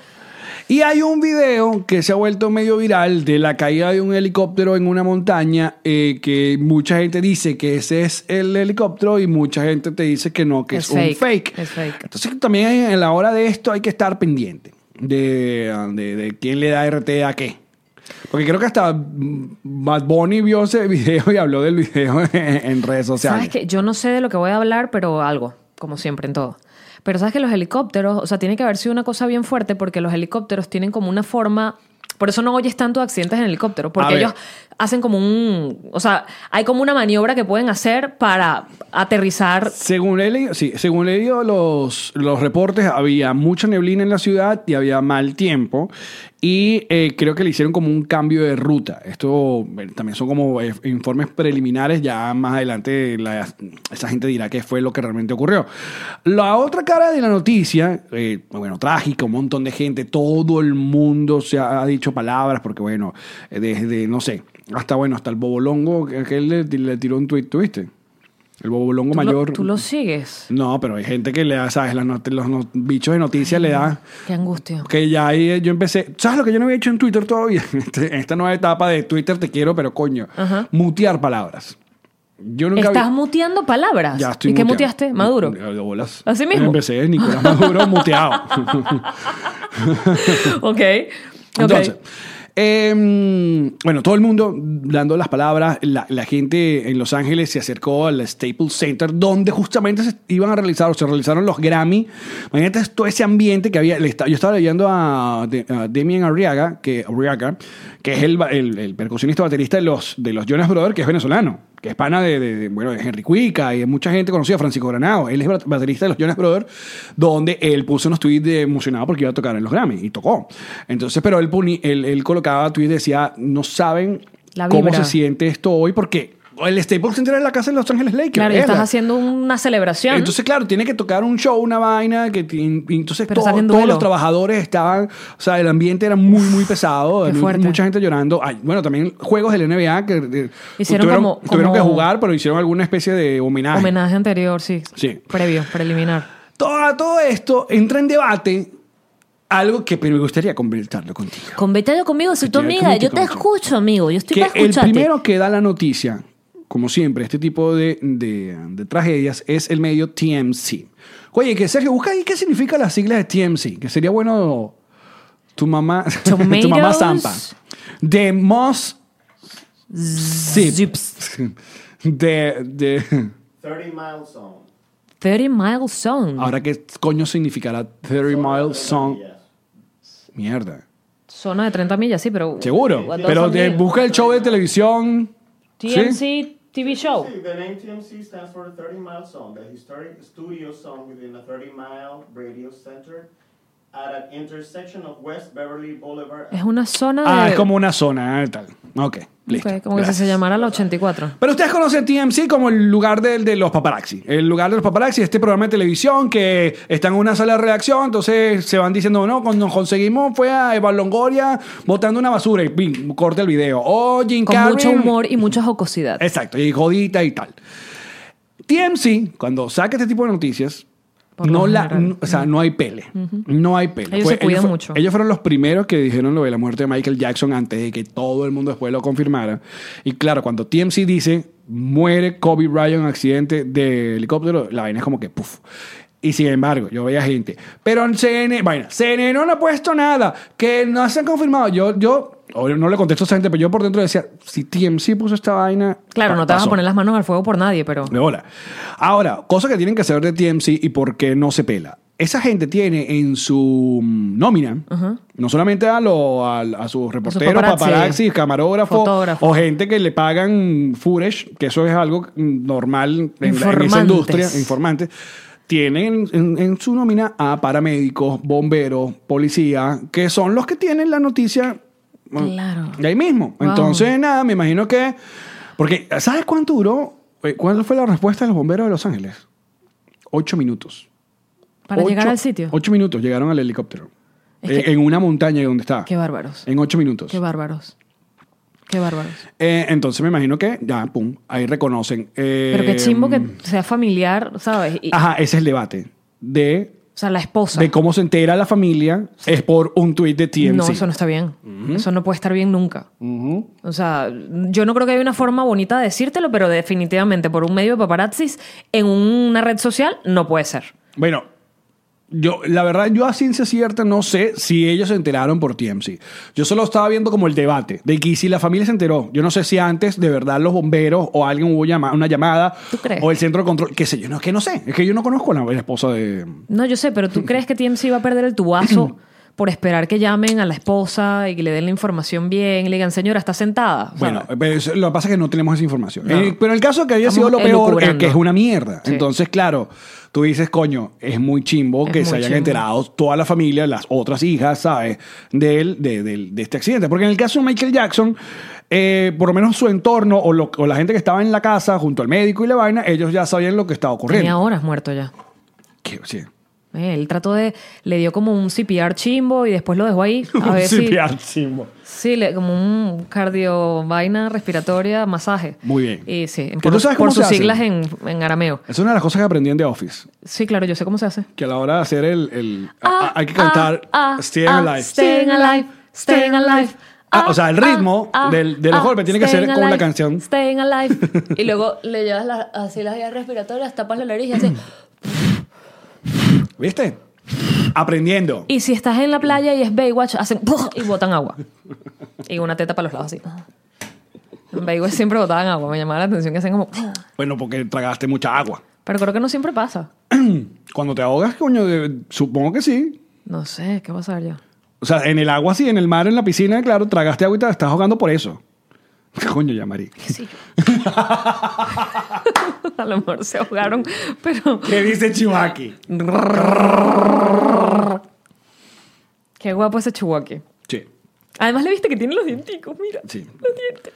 [SPEAKER 1] Y hay un video que se ha vuelto medio viral de la caída de un helicóptero en una montaña eh, que mucha gente dice que ese es el helicóptero y mucha gente te dice que no, que es,
[SPEAKER 2] Es
[SPEAKER 1] un
[SPEAKER 2] fake,
[SPEAKER 1] fake.
[SPEAKER 2] es fake.
[SPEAKER 1] Entonces también en la hora de esto hay que estar pendiente de, de- de quién le da RT a qué. Porque creo que hasta mm, Bad Bunny vio ese *laughs* video y habló del video en redes sociales.
[SPEAKER 2] Sabes que yo no sé de lo que voy a hablar, pero algo, como siempre en todo. Pero sabes que los helicópteros, o sea, tiene que haber sido una cosa bien fuerte porque los helicópteros tienen como una forma... Por eso no oyes tanto accidentes en helicóptero,
[SPEAKER 1] A
[SPEAKER 2] porque
[SPEAKER 1] ver.
[SPEAKER 2] ellos hacen como un... O sea, hay como una maniobra que pueden hacer para aterrizar
[SPEAKER 1] Según he leído, sí, según he leído los, los reportes, había mucha neblina en la ciudad y había mal tiempo. Y eh, creo que le hicieron como un cambio de ruta. Esto bueno, también son como eh, informes preliminares. Ya más adelante la- esa gente dirá qué fue lo que realmente ocurrió. La otra cara de la noticia, eh, bueno, trágica, un montón de gente, todo el mundo se ha, ha dicho palabras, porque bueno, eh, desde, no sé, hasta bueno, hasta el Bobolongo, que que él le, le tiró un tuit, ¿tuviste? El Bobolongo
[SPEAKER 2] Tú lo-
[SPEAKER 1] mayor.
[SPEAKER 2] Tú lo sigues.
[SPEAKER 1] No, pero hay gente que le da, ¿sabes? Las not- los not- bichos de noticias le da.
[SPEAKER 2] Qué angustia.
[SPEAKER 1] Que ya ahí eh, yo empecé. ¿Sabes lo que yo no había hecho en Twitter todavía? *laughs* Este- esta nueva etapa de Twitter te quiero, pero coño.
[SPEAKER 2] Ajá.
[SPEAKER 1] Mutear palabras. Yo nunca
[SPEAKER 2] Estás
[SPEAKER 1] había-
[SPEAKER 2] muteando palabras.
[SPEAKER 1] Ya estoy
[SPEAKER 2] ¿Y qué
[SPEAKER 1] muteado.
[SPEAKER 2] muteaste? Maduro.
[SPEAKER 1] De- de bolas.
[SPEAKER 2] ¿Así mismo?
[SPEAKER 1] Empecé Nicolás Maduro muteado.
[SPEAKER 2] *laughs* ok. ok.
[SPEAKER 1] Entonces, eh, bueno, todo el mundo dando las palabras, la, la gente en Los Ángeles se acercó al Staples Center, donde justamente se iban a realizar, o se realizaron los Grammy. Imagínate todo ese ambiente que había. le esta- Yo estaba leyendo a, De- a Demian Arriaga, que, Arriaga, que es el, ba- el- el percusionista baterista de los, de los Jonas Brothers, que es venezolano, que es pana de, de- de, bueno, de Henry Cuica y de mucha gente conocida, Francisco Granado. Él es bat- baterista de los Jonas Brothers, donde él puso unos tweets de emocionado porque iba a tocar en los Grammy y tocó. Entonces, pero él, poni- él, él colocaba tweets y decía, no saben
[SPEAKER 2] La
[SPEAKER 1] cómo
[SPEAKER 2] vibra.
[SPEAKER 1] se siente esto hoy porque el Staples Center es la casa de Los Ángeles Lakers.
[SPEAKER 2] claro, y
[SPEAKER 1] es
[SPEAKER 2] estás
[SPEAKER 1] la-
[SPEAKER 2] haciendo una celebración.
[SPEAKER 1] entonces, claro, tiene que tocar un show, una vaina, que ti- y entonces
[SPEAKER 2] Pero
[SPEAKER 1] todo-
[SPEAKER 2] estás en
[SPEAKER 1] todos
[SPEAKER 2] duelo.
[SPEAKER 1] los trabajadores estaban, o sea, el ambiente era muy, muy pesado,
[SPEAKER 2] qué
[SPEAKER 1] mu-
[SPEAKER 2] fuerte.
[SPEAKER 1] mucha gente llorando. Ay, bueno, también juegos del NBA que eh,
[SPEAKER 2] Hicieron
[SPEAKER 1] tuvieron,
[SPEAKER 2] como-
[SPEAKER 1] tuvieron que
[SPEAKER 2] como-
[SPEAKER 1] jugar, pero hicieron alguna especie de homenaje.
[SPEAKER 2] Homenaje anterior, sí.
[SPEAKER 1] Sí.
[SPEAKER 2] Previo, preliminar.
[SPEAKER 1] Todo, todo esto entra en debate, algo que pero me gustaría conversarlo contigo.
[SPEAKER 2] Convétalo conmigo, soy tu
[SPEAKER 1] Estoy
[SPEAKER 2] amiga. Yo te
[SPEAKER 1] contigo, contigo.
[SPEAKER 2] escucho, amigo. Yo estoy
[SPEAKER 1] que
[SPEAKER 2] para
[SPEAKER 1] el
[SPEAKER 2] escucharte.
[SPEAKER 1] primero que da la noticia, como siempre, este tipo de, de- de tragedias, es el medio TMC. Oye, que Sergio, busca ahí qué significa las siglas de TMC, que sería bueno tu mamá, *laughs* tu mamá
[SPEAKER 2] Tomatoes.
[SPEAKER 1] zampa. De Moss Zip.
[SPEAKER 2] Zips.
[SPEAKER 1] *laughs* De, de-
[SPEAKER 4] 30 mile zone.
[SPEAKER 2] 30 Mile Zone.
[SPEAKER 1] ahora qué coño significará 30 Mile Song.
[SPEAKER 4] Yes.
[SPEAKER 1] Mierda.
[SPEAKER 2] Zona de 30 millas, sí, pero.
[SPEAKER 1] Seguro.
[SPEAKER 2] What does
[SPEAKER 1] Pero
[SPEAKER 2] that
[SPEAKER 1] de-
[SPEAKER 2] mean?
[SPEAKER 1] busca el show de televisión. ¿sí?
[SPEAKER 2] TMC TV Show.
[SPEAKER 4] The name TMC stands for the 30 mile zone, the historic studio zone within a 30 mile radio center at an intersection of West Beverly Boulevard.
[SPEAKER 2] Es una zona de.
[SPEAKER 1] Ah, es como una zona, ah, tal. Ok, listo.
[SPEAKER 2] Eh. Ok, como que
[SPEAKER 1] Gracias.
[SPEAKER 2] se llamara la 84.
[SPEAKER 1] Pero ustedes conocen TMC como el lugar del- de, los paparazzi. El lugar de los paparazzi, este programa de televisión que está en una sala de redacción, entonces se van diciendo, no, cuando nos conseguimos fue a Eva Longoria botando una basura y pim, corta el video. O Jim
[SPEAKER 2] Con
[SPEAKER 1] Carrey.
[SPEAKER 2] mucho humor y mucha jocosidad.
[SPEAKER 1] Exacto, y jodita y tal. TMC, cuando saca este tipo de noticias,
[SPEAKER 2] por
[SPEAKER 1] no
[SPEAKER 2] lo
[SPEAKER 1] la,
[SPEAKER 2] general.
[SPEAKER 1] no- o sea, no hay pele. No hay pele.
[SPEAKER 2] Ellos se cuidan
[SPEAKER 1] fu-
[SPEAKER 2] mucho.
[SPEAKER 1] Ellos fueron los primeros que dijeron lo de la muerte de Michael Jackson antes de que todo el mundo después lo confirmara. Y claro, cuando TMC dice muere Kobe Bryant en accidente de helicóptero, la vaina es como que puff. Y sin embargo, yo veía gente. Pero en CNN, vaina, CNN no ha puesto nada, que no se han confirmado. Yo, yo, o no le contesto a esa gente, pero yo por dentro decía, si TMC puso esta vaina.
[SPEAKER 2] Claro,
[SPEAKER 1] pa-
[SPEAKER 2] no te vas a
[SPEAKER 1] pasó.
[SPEAKER 2] poner las manos al fuego por nadie, pero.
[SPEAKER 1] De bola. Ahora, cosa que tienen que saber de TMC y por qué no se pela. Esa gente tiene en su mm, nómina, no solamente a, lo- a, a sus reporteros,
[SPEAKER 2] paparazzi,
[SPEAKER 1] paparazzi, camarógrafos,
[SPEAKER 2] fotógrafos.
[SPEAKER 1] o gente que le pagan footage, que eso es algo mm, normal en, la- en esa
[SPEAKER 2] Informantes.
[SPEAKER 1] industria, informantes. Tienen en, en su nómina a paramédicos, bomberos, policía, que son los que tienen la noticia mm,
[SPEAKER 2] Claro.
[SPEAKER 1] de ahí mismo.
[SPEAKER 2] Wow.
[SPEAKER 1] Entonces, nada, me imagino que. Porque, ¿sabes cuánto duró? Eh, ¿Cuál fue la respuesta de los bomberos de Los Ángeles? Ocho minutos.
[SPEAKER 2] Para
[SPEAKER 1] Ocho-
[SPEAKER 2] llegar al sitio.
[SPEAKER 1] Ocho minutos llegaron al helicóptero.
[SPEAKER 2] Es
[SPEAKER 1] Eh,
[SPEAKER 2] que-
[SPEAKER 1] en una montaña donde estaba.
[SPEAKER 2] Qué bárbaros.
[SPEAKER 1] En ocho minutos.
[SPEAKER 2] Qué bárbaros. Qué bárbaros.
[SPEAKER 1] Eh, entonces me imagino que ya, pum, ahí reconocen. Eh,
[SPEAKER 2] Pero qué chimbo que sea familiar, ¿sabes? Y-
[SPEAKER 1] Ajá, ese es el debate. De,
[SPEAKER 2] o sea, la esposa.
[SPEAKER 1] de cómo se entera la familia es por un tuit de TMC.
[SPEAKER 2] No, eso no está bien. Eso no puede estar bien nunca. O sea, yo no creo que haya una forma bonita de decírtelo, pero definitivamente por un medio de paparazzis en una red social no puede ser.
[SPEAKER 1] Bueno, yo, la verdad, yo a ciencia cierta no sé si ellos se enteraron por TMC. Yo solo estaba viendo como el debate de que si la familia se enteró. Yo no sé si antes de verdad los bomberos o alguien hubo llama- una llamada
[SPEAKER 2] ¿Tú crees?
[SPEAKER 1] o el centro de control, qué sé yo, no, es que no sé, es que yo no conozco a la, la esposa de...
[SPEAKER 2] No, yo sé, pero ¿tú crees que TMC va a perder el tubazo por esperar que llamen a la esposa y que le den la información bien? y Le digan, señora, está sentada. O sea,
[SPEAKER 1] Bueno, eh, pero eso- lo que pasa es que no tenemos esa información.
[SPEAKER 2] No.
[SPEAKER 1] Eh, pero el caso que haya
[SPEAKER 2] Estamos
[SPEAKER 1] sido lo peor es
[SPEAKER 2] elucubrando.
[SPEAKER 1] que es una mierda.
[SPEAKER 2] Sí.
[SPEAKER 1] Entonces, claro, tú dices, coño, es muy chimbo
[SPEAKER 2] Es
[SPEAKER 1] que se
[SPEAKER 2] muy
[SPEAKER 1] hayan
[SPEAKER 2] chimbo.
[SPEAKER 1] enterado toda la familia, las otras hijas, ¿sabes? Del, de, del- de este accidente. Porque en el caso de Michael Jackson, eh, por lo menos su entorno o, lo- o la gente que estaba en la casa junto al médico y la vaina, ellos ya sabían lo que estaba
[SPEAKER 2] tenía
[SPEAKER 1] ocurriendo.
[SPEAKER 2] horas muerto ya.
[SPEAKER 1] Que- sí.
[SPEAKER 2] Eh, él trató de... Le dio como un CPR chimbo y después lo dejó ahí. A
[SPEAKER 1] *laughs*
[SPEAKER 2] ver si...
[SPEAKER 1] CPR chimbo.
[SPEAKER 2] Sí, le- como un cardio vaina respiratoria, masaje.
[SPEAKER 1] Muy bien.
[SPEAKER 2] Y sí,
[SPEAKER 1] ¿Que
[SPEAKER 2] por,
[SPEAKER 1] tú sabes
[SPEAKER 2] por
[SPEAKER 1] cómo
[SPEAKER 2] sus
[SPEAKER 1] se hace?
[SPEAKER 2] siglas en, en arameo.
[SPEAKER 1] Es una de las cosas que aprendí en The Office.
[SPEAKER 2] Sí, claro, yo sé cómo se hace.
[SPEAKER 1] Que a la hora de hacer el... el- a-
[SPEAKER 2] Ah,
[SPEAKER 1] a- hay que cantar
[SPEAKER 2] ah, ah,
[SPEAKER 1] Staying
[SPEAKER 2] ah,
[SPEAKER 1] Alive.
[SPEAKER 2] Staying alive, staying alive. ah,
[SPEAKER 1] Ah, o sea, el ritmo del- de los golpes tiene que ser
[SPEAKER 2] staying
[SPEAKER 1] con la
[SPEAKER 2] alive,
[SPEAKER 1] canción. *laughs*
[SPEAKER 2] Staying alive. Y luego le llevas las- así las vías respiratorias, tapas la nariz y así.
[SPEAKER 1] *clears throat* ¿Viste? Aprendiendo.
[SPEAKER 2] Y si estás en la playa y es Baywatch, hacen ¡puj! y botan agua. Y una teta para los *laughs* lados así. En Baywatch siempre botaban agua. Me llamaba la atención que hacen como. ¡puj!
[SPEAKER 1] Bueno, porque tragaste mucha agua.
[SPEAKER 2] Pero creo que no siempre pasa.
[SPEAKER 1] Cuando te ahogas, coño, de- supongo que sí.
[SPEAKER 2] No sé, ¿qué va a saber yo?
[SPEAKER 1] O sea, en el agua sí, en el mar, en la piscina, claro, tragaste agua y te estás ahogando por eso. *laughs* Coño, ya, Mari.
[SPEAKER 2] ¿Qué sé yo? *laughs* a lo mejor se ahogaron, pero
[SPEAKER 1] ¿Qué dice Chiwaki?
[SPEAKER 2] qué guapo ese Chihuahua.
[SPEAKER 1] Sí.
[SPEAKER 2] Además le viste que tiene los dienticos, mira.
[SPEAKER 1] Sí.
[SPEAKER 2] Los dientes.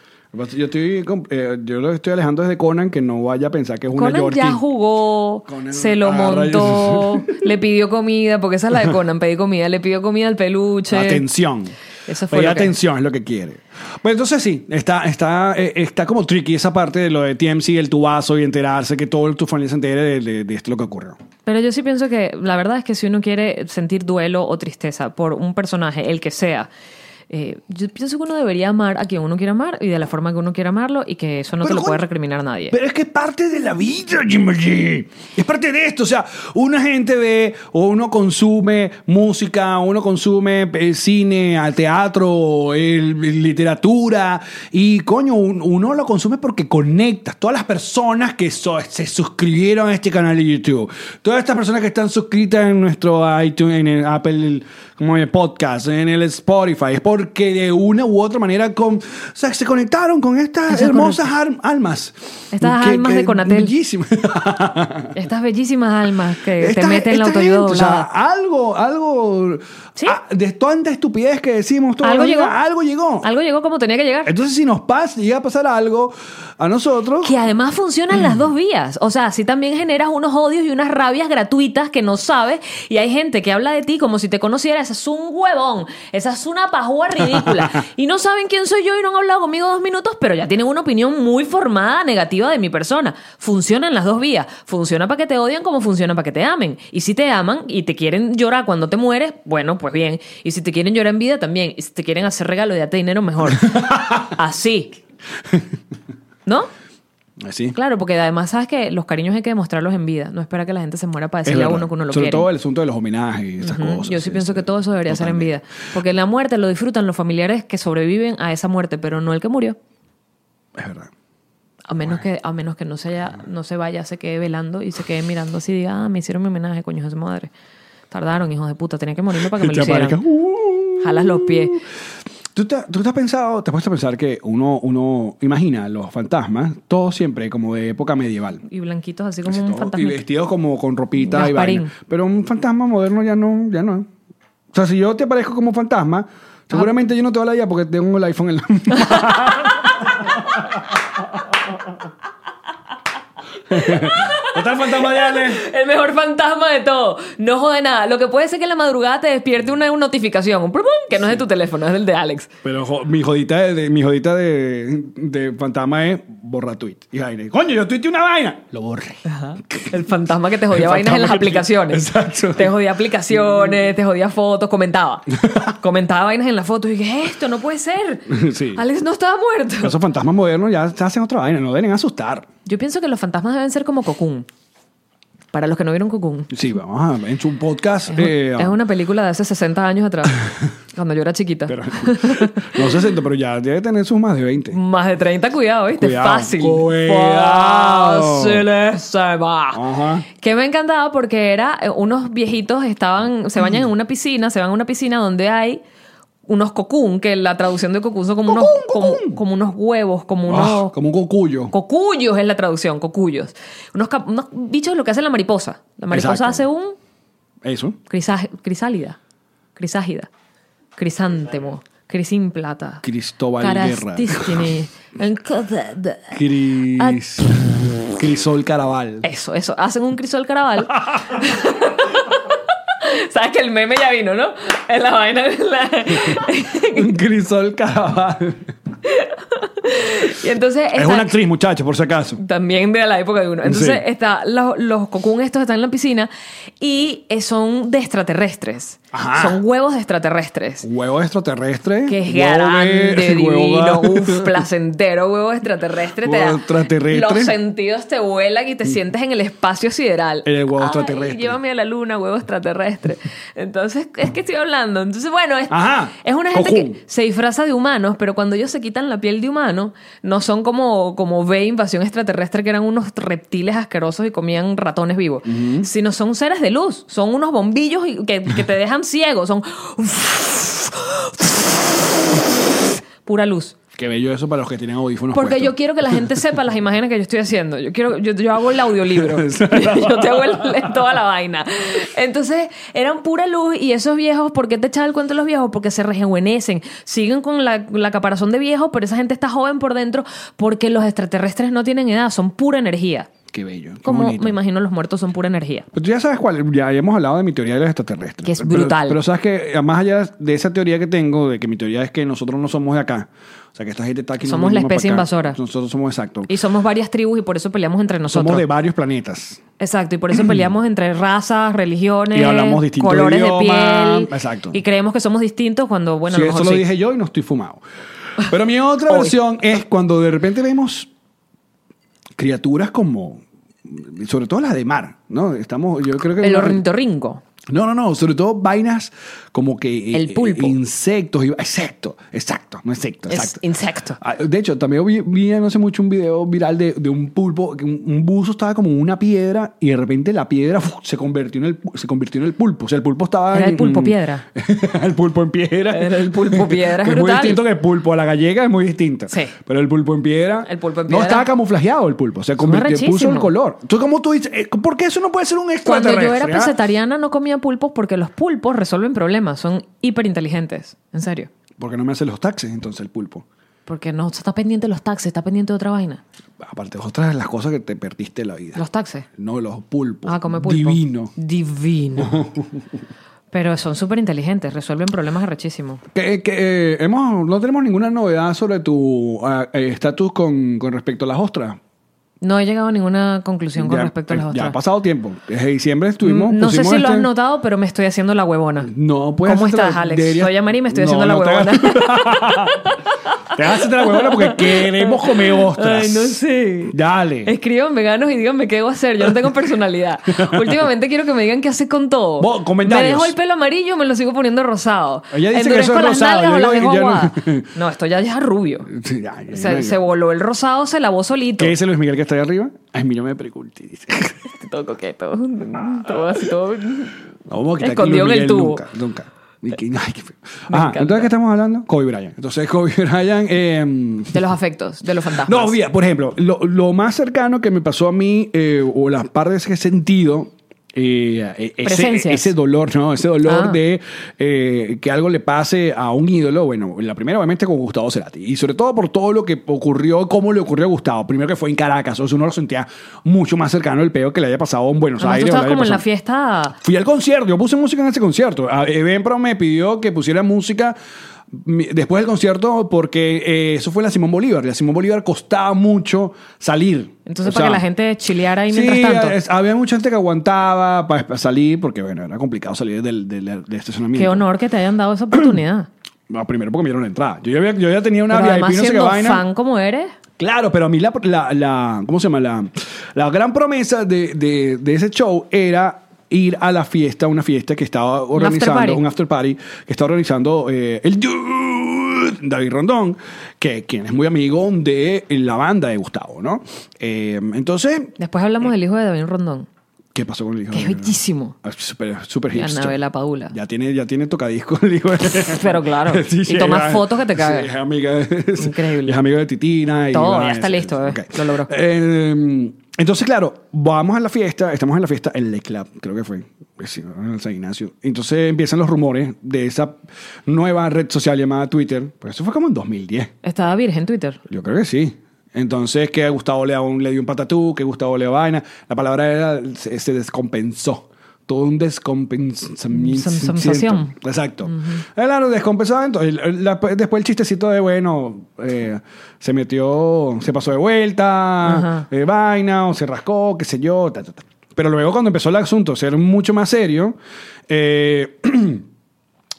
[SPEAKER 1] Yo estoy, comp- eh, yo lo estoy alejando desde Conan, que no vaya a pensar que es una
[SPEAKER 2] Conan
[SPEAKER 1] Yorkie.
[SPEAKER 2] ya jugó,
[SPEAKER 1] Conan-
[SPEAKER 2] se lo
[SPEAKER 1] Ah,
[SPEAKER 2] montó, le pidió comida, porque esa es la de Conan, pedí comida, le pidió comida al peluche.
[SPEAKER 1] Atención.
[SPEAKER 2] Eso fue
[SPEAKER 1] Pero
[SPEAKER 2] lo que-
[SPEAKER 1] atención es lo que quiere. Pues entonces sí, está, está, eh, está como tricky esa parte de lo de TMC, el tubazo y enterarse que todo tu familia se entere de, de- de esto lo que ocurrió.
[SPEAKER 2] Pero yo sí pienso que la verdad es que si uno quiere sentir duelo o tristeza por un personaje, el que sea, eh, yo pienso que uno debería amar a quien uno quiere amar y de la forma que uno quiere amarlo y que eso no te
[SPEAKER 1] Pero,
[SPEAKER 2] lo puede
[SPEAKER 1] coño,
[SPEAKER 2] recriminar nadie.
[SPEAKER 1] Pero es que es parte de la vida, Jimmy G. Es parte de esto. O sea, una gente ve o uno consume música, uno consume eh, cine, al teatro, el- el literatura. Y coño, un- uno lo consume porque conectas. Todas las personas que so- se suscribieron a este canal de YouTube, todas estas personas que están suscritas en nuestro iTunes, en el Apple como en el podcast, en el Spotify, es porque de una u otra manera con, o sea, se conectaron con estas
[SPEAKER 2] Esas
[SPEAKER 1] hermosas ar- almas.
[SPEAKER 2] Estas almas de Conatel.
[SPEAKER 1] Bellísimas. *laughs*
[SPEAKER 2] Estas bellísimas almas que te
[SPEAKER 1] Estas-
[SPEAKER 2] meten la
[SPEAKER 1] esta
[SPEAKER 2] autoridad
[SPEAKER 1] gente, o sea,
[SPEAKER 2] doblada.
[SPEAKER 1] algo, algo,
[SPEAKER 2] Sí.
[SPEAKER 1] ah, de tanta estupidez que decimos todos
[SPEAKER 2] Algo
[SPEAKER 1] los días,
[SPEAKER 2] llegó.
[SPEAKER 1] algo llegó.
[SPEAKER 2] Algo llegó como tenía que llegar.
[SPEAKER 1] Entonces, si nos pasa, llega a pasar algo a nosotros,
[SPEAKER 2] Que además funcionan las dos vías. O sea, si también generas unos odios y unas rabias gratuitas que no sabes. Y hay gente que habla de ti como si te conociera. Esa es un huevón. Esa es una pajúa ridícula. y no saben quién soy yo y no han hablado conmigo dos minutos, pero ya tienen una opinión muy formada negativa de mi persona. Funcionan las dos vías. Funciona para que te odian como funciona para que te amen. Y si te aman y te quieren llorar cuando te mueres, bueno, pues bien. Y si te quieren llorar en vida, también. Y si te quieren hacer regalo y darte dinero, mejor. Así. ¿No?
[SPEAKER 1] así.
[SPEAKER 2] Claro, porque además sabes que los cariños hay que demostrarlos en vida. No espera que la gente se muera para
[SPEAKER 1] Es
[SPEAKER 2] decirle a
[SPEAKER 1] verdad.
[SPEAKER 2] uno que uno lo
[SPEAKER 1] Sobre
[SPEAKER 2] quiere.
[SPEAKER 1] todo el asunto de los homenajes y esas
[SPEAKER 2] Ujú.
[SPEAKER 1] cosas.
[SPEAKER 2] Yo sí, pienso que todo eso debería ser en vida. Porque en la muerte lo disfrutan los familiares que sobreviven a esa muerte, pero no el que murió.
[SPEAKER 1] Es verdad.
[SPEAKER 2] A menos que, a menos que no, se haya- no se vaya, se quede velando y se quede mirando así y diga, ah, me hicieron mi homenaje, coño de su madre. Tardaron, hijos de puta, tenía que morirme para que me lo
[SPEAKER 1] Te aparezca,
[SPEAKER 2] hicieran.
[SPEAKER 1] "Uh".
[SPEAKER 2] Jalas los pies.
[SPEAKER 1] ¿Tú te, tú te has pensado, te has puesto a pensar que uno, uno imagina los fantasmas, todos siempre como de época medieval.
[SPEAKER 2] Y blanquitos así como
[SPEAKER 1] Así
[SPEAKER 2] un
[SPEAKER 1] todo,
[SPEAKER 2] fantasma.
[SPEAKER 1] y vestidos como con ropita y
[SPEAKER 2] Mm, Gasparín.
[SPEAKER 1] vaina. Pero un fantasma moderno ya no, ya no. O sea, si yo te aparezco como fantasma, seguramente yo no te voy a la idea porque tengo el iPhone en la *laughs* mano. está el fantasma de Ale?
[SPEAKER 2] El mejor fantasma de todo. No jode nada. Lo que puede ser que en la madrugada te despierte una notificación, un prum, prum, que no es de tu teléfono, es del de Alex.
[SPEAKER 1] Pero jo- mi jodita de, de- mi jodita de, de fantasma es borra tweet. Y vaina. Coño, yo tuiteé una vaina. Lo borré.
[SPEAKER 2] El fantasma que te
[SPEAKER 1] El
[SPEAKER 2] jodía vainas en las
[SPEAKER 1] fantasma que-
[SPEAKER 2] aplicaciones.
[SPEAKER 1] Exacto.
[SPEAKER 2] Te jodía aplicaciones, te jodía
[SPEAKER 1] *laughs*
[SPEAKER 2] fotos, comentaba. comentaba vainas en las fotos y dije, esto no puede ser.
[SPEAKER 1] Sí.
[SPEAKER 2] Alex no estaba muerto.
[SPEAKER 1] Esos fantasmas modernos ya se hacen otra vaina, no deben asustar.
[SPEAKER 2] Yo pienso que los fantasmas deben ser como Cocoon. Para los que no vieron Cocoon.
[SPEAKER 1] Sí, vamos a ver, es un podcast.
[SPEAKER 2] Es, un-
[SPEAKER 1] eh,
[SPEAKER 2] es una película de hace 60 años
[SPEAKER 1] *laughs*
[SPEAKER 2] atrás, cuando yo era chiquita.
[SPEAKER 1] Pero, *laughs*
[SPEAKER 2] *laughs*
[SPEAKER 1] no 60, pero ya debe tener sus más de 20.
[SPEAKER 2] Más de 30, cuidado, ¿viste?
[SPEAKER 1] Cuidado,
[SPEAKER 2] Fácil.
[SPEAKER 1] cuidado. Ah.
[SPEAKER 2] Fácil se va.
[SPEAKER 1] Ajá.
[SPEAKER 2] Que me encantaba porque era eh, unos viejitos estaban, se bañan en
[SPEAKER 1] Mm.
[SPEAKER 2] una piscina, se van a una piscina donde hay unos cocún, que la traducción de cocún son como unos Como, como unos huevos, como unos
[SPEAKER 1] Ah, como un cocuyo.
[SPEAKER 2] cocuyos es la traducción, cocuyos. Unos, cap- unos bichos lo que hace la mariposa. La mariposa
[SPEAKER 1] Exacto.
[SPEAKER 2] hace un
[SPEAKER 1] Eso.
[SPEAKER 2] crisá- crisálida, criságida, crisántemo, crisimplata.
[SPEAKER 1] Cristóbal Guerra.
[SPEAKER 2] Carastistini.
[SPEAKER 1] Cris.
[SPEAKER 2] Ah.
[SPEAKER 1] Crisol
[SPEAKER 2] *laughs*
[SPEAKER 1] Caraval.
[SPEAKER 2] Eso, eso. Hacen un crisol caraval. *laughs* Sabes que el meme ya vino, ¿no? En la vaina. en la- *laughs*
[SPEAKER 1] Crisol Caraval.
[SPEAKER 2] y entonces.
[SPEAKER 1] Es
[SPEAKER 2] está-
[SPEAKER 1] una actriz, muchachos, por si acaso.
[SPEAKER 2] También de la época de uno. Entonces,
[SPEAKER 1] Sí.
[SPEAKER 2] está, los, los cocún estos están en la piscina y eh, son de extraterrestres.
[SPEAKER 1] Ajá.
[SPEAKER 2] Son huevos de extraterrestres.
[SPEAKER 1] Huevo extraterrestre.
[SPEAKER 2] Que es
[SPEAKER 1] huevo
[SPEAKER 2] grande,
[SPEAKER 1] verde,
[SPEAKER 2] divino,
[SPEAKER 1] *laughs* huevo-
[SPEAKER 2] uf, placentero, huevo extraterrestre. te
[SPEAKER 1] Huevo
[SPEAKER 2] da-
[SPEAKER 1] extraterrestre.
[SPEAKER 2] Los sentidos te vuelan y te sientes en el espacio sideral.
[SPEAKER 1] En el huevo
[SPEAKER 2] Ay,
[SPEAKER 1] extraterrestre.
[SPEAKER 2] Llévame a la luna, huevo extraterrestre. Entonces, es que estoy hablando. Entonces, bueno, es,
[SPEAKER 1] Ajá.
[SPEAKER 2] es una gente
[SPEAKER 1] Cojú.
[SPEAKER 2] que se disfraza de humanos, pero cuando ellos se quitan la piel de humano, no son como, como ve invasión extraterrestre, que eran unos reptiles asquerosos y comían ratones vivos, sino son seres de luz, son unos bombillos y- que, que te dejan ciego, son pura luz.
[SPEAKER 1] Qué bello eso para los que tienen audífonos.
[SPEAKER 2] Porque
[SPEAKER 1] puestos.
[SPEAKER 2] yo quiero que la gente sepa las imágenes que yo estoy haciendo. Yo quiero, yo, yo hago el audiolibro.
[SPEAKER 1] *laughs*
[SPEAKER 2] *laughs* yo te hago el- toda la vaina. Entonces, eran pura luz y esos viejos, ¿por qué te echaba el cuento de los viejos? Porque se rejuvenecen, siguen con la, la caparazón de viejos, pero esa gente está joven por dentro porque los extraterrestres no tienen edad, son pura energía.
[SPEAKER 1] Qué bello. qué
[SPEAKER 2] Como
[SPEAKER 1] bonito.
[SPEAKER 2] me imagino los muertos son pura energía.
[SPEAKER 1] Pero tú Pues ya sabes cuál, ya habíamos hablado de mi teoría de los extraterrestres.
[SPEAKER 2] Que es
[SPEAKER 1] Pero-
[SPEAKER 2] brutal.
[SPEAKER 1] Pero, sabes que eh, más allá de esa teoría que tengo, de que mi teoría es que nosotros no somos de acá. O sea, que esta gente está aquí. no
[SPEAKER 2] Somos la
[SPEAKER 1] venimos
[SPEAKER 2] especie
[SPEAKER 1] para acá.
[SPEAKER 2] invasora.
[SPEAKER 1] Nosotros somos exacto.
[SPEAKER 2] Y somos varias tribus y por eso peleamos entre nosotros.
[SPEAKER 1] Somos de varios planetas.
[SPEAKER 2] Exacto, y por eso peleamos entre razas, religiones,
[SPEAKER 1] Y hablamos distintos
[SPEAKER 2] colores
[SPEAKER 1] idiomas.
[SPEAKER 2] de piel.
[SPEAKER 1] Exacto.
[SPEAKER 2] Y creemos que somos distintos cuando, bueno,
[SPEAKER 1] Sí,
[SPEAKER 2] a lo
[SPEAKER 1] eso lo
[SPEAKER 2] mejor sí.
[SPEAKER 1] dije yo y no estoy fumado.
[SPEAKER 2] *laughs*
[SPEAKER 1] Pero mi otra
[SPEAKER 2] Hoy.
[SPEAKER 1] versión es cuando de repente vemos criaturas como, sobre todo las de mar, ¿no? Estamos, yo creo que
[SPEAKER 2] El ornitorrinco.
[SPEAKER 1] No, no, no, sobre todo vainas como que eh,
[SPEAKER 2] El pulpo.
[SPEAKER 1] insectos, y- exacto, exacto, no insecto,
[SPEAKER 2] Es
[SPEAKER 1] exacto.
[SPEAKER 2] insecto.
[SPEAKER 1] Ah, De hecho, también vi, vi no hace mucho un video viral de, de un pulpo, que un, un buzo estaba como en una piedra y de repente la piedra ¡fu! se, convirtió en el, pu- se convirtió en el pulpo. O sea, el pulpo estaba...
[SPEAKER 2] Era el
[SPEAKER 1] en-
[SPEAKER 2] pulpo piedra.
[SPEAKER 1] *laughs* el pulpo en piedra.
[SPEAKER 2] Era el pulpo piedra, es
[SPEAKER 1] Que es muy
[SPEAKER 2] brutal.
[SPEAKER 1] distinto que el pulpo a la gallega, es muy distinto.
[SPEAKER 2] Sí.
[SPEAKER 1] Pero el pulpo en piedra...
[SPEAKER 2] El pulpo en
[SPEAKER 1] No,
[SPEAKER 2] piedra.
[SPEAKER 1] estaba camuflajeado el pulpo, se convirtió, puso
[SPEAKER 2] arrechísimos.
[SPEAKER 1] el color. Entonces, ¿cómo tú dices? eh, ¿Por qué eso no puede ser un
[SPEAKER 2] Cuando
[SPEAKER 1] extraterrestre?
[SPEAKER 2] yo era
[SPEAKER 1] ah?
[SPEAKER 2] pesetariana no comía comía pulpos porque los pulpos resuelven problemas, son hiperinteligentes, en serio.
[SPEAKER 1] Porque no me hace los taxes entonces el pulpo.
[SPEAKER 2] Porque no está pendiente de los taxes, está pendiente de otra vaina.
[SPEAKER 1] Aparte, otras de las cosas que te perdiste en la vida.
[SPEAKER 2] Los taxes.
[SPEAKER 1] No, los pulpos.
[SPEAKER 2] Ah, come pulpo.
[SPEAKER 1] Pues Divino. *laughs*
[SPEAKER 2] Divino. Pero son súper inteligentes, resuelven problemas arrechísimos.
[SPEAKER 1] Que, que, eh, hemos, no tenemos ninguna novedad sobre tu ah, eh, estatus con, con respecto a las ostras.
[SPEAKER 2] No he llegado a ninguna conclusión con
[SPEAKER 1] Ya,
[SPEAKER 2] respecto a las
[SPEAKER 1] eh,
[SPEAKER 2] otras. Mm,
[SPEAKER 1] Ya ha pasado tiempo. Desde diciembre estuvimos.
[SPEAKER 2] no sé
[SPEAKER 1] pusimos
[SPEAKER 2] si lo
[SPEAKER 1] este-
[SPEAKER 2] has notado, pero me estoy haciendo la huevona.
[SPEAKER 1] No, pues.
[SPEAKER 2] ¿Cómo
[SPEAKER 1] hacértela-
[SPEAKER 2] estás, Alex?
[SPEAKER 1] deberías-
[SPEAKER 2] Soy Amari y me estoy
[SPEAKER 1] No,
[SPEAKER 2] haciendo la
[SPEAKER 1] no te
[SPEAKER 2] huevona.
[SPEAKER 1] hagas- *laughs* Te vas a hacerte la huevona porque queremos comer ostras.
[SPEAKER 2] Ay, no sé.
[SPEAKER 1] Dale.
[SPEAKER 2] Escriban veganos y díganme qué debo hacer. Yo
[SPEAKER 1] *laughs*
[SPEAKER 2] no tengo personalidad. Últimamente quiero que me digan qué hacer con todo.
[SPEAKER 1] Vos, comentarios.
[SPEAKER 2] Me dejo el pelo amarillo, me lo sigo poniendo rosado.
[SPEAKER 1] Ella dice que eso
[SPEAKER 2] Endurezco
[SPEAKER 1] es
[SPEAKER 2] las
[SPEAKER 1] rosado,
[SPEAKER 2] nalgas
[SPEAKER 1] yo
[SPEAKER 2] o las
[SPEAKER 1] digo
[SPEAKER 2] dejo
[SPEAKER 1] que ya no.
[SPEAKER 2] aguadas. no... esto ya es rubio.
[SPEAKER 1] Sí, ya, ya,
[SPEAKER 2] O sea,
[SPEAKER 1] ya.
[SPEAKER 2] se voló el rosado, se lavó solito.
[SPEAKER 1] ¿Qué dice Luis Miguel que está ahí arriba? Ay, mí no me pregunte. Dice.
[SPEAKER 2] Todo coqueto. Todo así, todo...
[SPEAKER 1] No vamos a quitar aquí
[SPEAKER 2] Escondido
[SPEAKER 1] Luis
[SPEAKER 2] en
[SPEAKER 1] Miguel
[SPEAKER 2] el tubo.
[SPEAKER 1] Nunca, nunca. Ni que- ay, qué feo.
[SPEAKER 2] Me
[SPEAKER 1] Ajá,
[SPEAKER 2] encanta.
[SPEAKER 1] entonces, ¿qué estamos hablando? Kobe Bryant. Entonces, Kobe Bryant. eh,
[SPEAKER 2] De los afectos, de los fantasmas.
[SPEAKER 1] No, mira, por ejemplo, lo, lo más cercano que me pasó a mí, eh, o las partes que he sentido, eh, eh, ese,
[SPEAKER 2] Presencias.
[SPEAKER 1] ese dolor, ¿no? Ese dolor
[SPEAKER 2] Ah.
[SPEAKER 1] de eh, que algo le pase a un ídolo, bueno, la primera obviamente con Gustavo Cerati, y sobre todo por todo lo que ocurrió, cómo le ocurrió a Gustavo, primero que fue en Caracas, o sea, uno lo sentía mucho más cercano el peo que le haya pasado en Buenos
[SPEAKER 2] Además, tú
[SPEAKER 1] Aires. o le
[SPEAKER 2] estabas
[SPEAKER 1] haya
[SPEAKER 2] como en la
[SPEAKER 1] pasado-
[SPEAKER 2] fiesta...
[SPEAKER 1] Fui al concierto, yo puse música en ese concierto. A- Evenpro me pidió que pusiera música mi- después del concierto porque eh, eso fue la Simón Bolívar. La Simón Bolívar costaba mucho salir. O
[SPEAKER 2] Entonces, para
[SPEAKER 1] sea,
[SPEAKER 2] que la gente chileara ahí
[SPEAKER 1] Sí,
[SPEAKER 2] mientras tanto.
[SPEAKER 1] es- había mucha gente que aguantaba para salir porque, bueno, era complicado salir del, del- del estacionamiento.
[SPEAKER 2] Qué honor que te hayan dado esa oportunidad.
[SPEAKER 1] No, primero porque me dieron la entrada. Yo ya, había- yo ya tenía una
[SPEAKER 2] Pero además
[SPEAKER 1] VIP, no sé qué
[SPEAKER 2] siendo
[SPEAKER 1] vaina.
[SPEAKER 2] fan como eres...
[SPEAKER 1] Claro, pero a mí la, la- la- ¿cómo se llama? La, la gran promesa de, de- de ese show era ir a la fiesta, una fiesta que estaba organizando,
[SPEAKER 2] party.
[SPEAKER 1] un after party, que estaba organizando eh, el dude David Rondón, que quien es muy amigo de la banda de Gustavo, ¿no? Eh, entonces,
[SPEAKER 2] Después hablamos del hijo de David Rondón,
[SPEAKER 1] ¿qué pasó con el hijo?
[SPEAKER 2] que es bellísimo.
[SPEAKER 1] Ah, Super, super hipster.
[SPEAKER 2] Anabela Paula.
[SPEAKER 1] Ya tiene, ya tiene tocadiscos *laughs* el hijo.
[SPEAKER 2] Pero
[SPEAKER 1] *laughs*
[SPEAKER 2] claro, y toma fotos que te cagas.
[SPEAKER 1] Sí, es amiga. es-
[SPEAKER 2] Increíble.
[SPEAKER 1] Es amiga de Titina. Y
[SPEAKER 2] Todo,
[SPEAKER 1] va,
[SPEAKER 2] ya está
[SPEAKER 1] es-
[SPEAKER 2] listo,
[SPEAKER 1] es-
[SPEAKER 2] bebé.
[SPEAKER 1] ok.
[SPEAKER 2] Lo logró.
[SPEAKER 1] Eh, entonces, claro, vamos a la fiesta. Estamos en la fiesta en Le Club, creo que fue. sí, en el San Ignacio. Entonces empiezan los rumores de esa nueva red social llamada Twitter. Pero eso fue como en 2010.
[SPEAKER 2] Estaba virgen Twitter.
[SPEAKER 1] Yo creo que sí. Entonces, que a Gustavo le, da un- le dio un patatú, que Gustavo le da vaina. La palabra era, se, se descompensó. Todo un descompensamiento.
[SPEAKER 2] Sen- sensación.
[SPEAKER 1] Exacto. Claro, descompensado. Entonces, el- la- después el chistecito de, bueno, eh, se metió, se pasó de vuelta,
[SPEAKER 2] Ajá.
[SPEAKER 1] eh, vaina, o se rascó, qué sé yo. ta, ta, ta. Pero luego cuando empezó el asunto a ser mucho más serio, eh, *clears throat*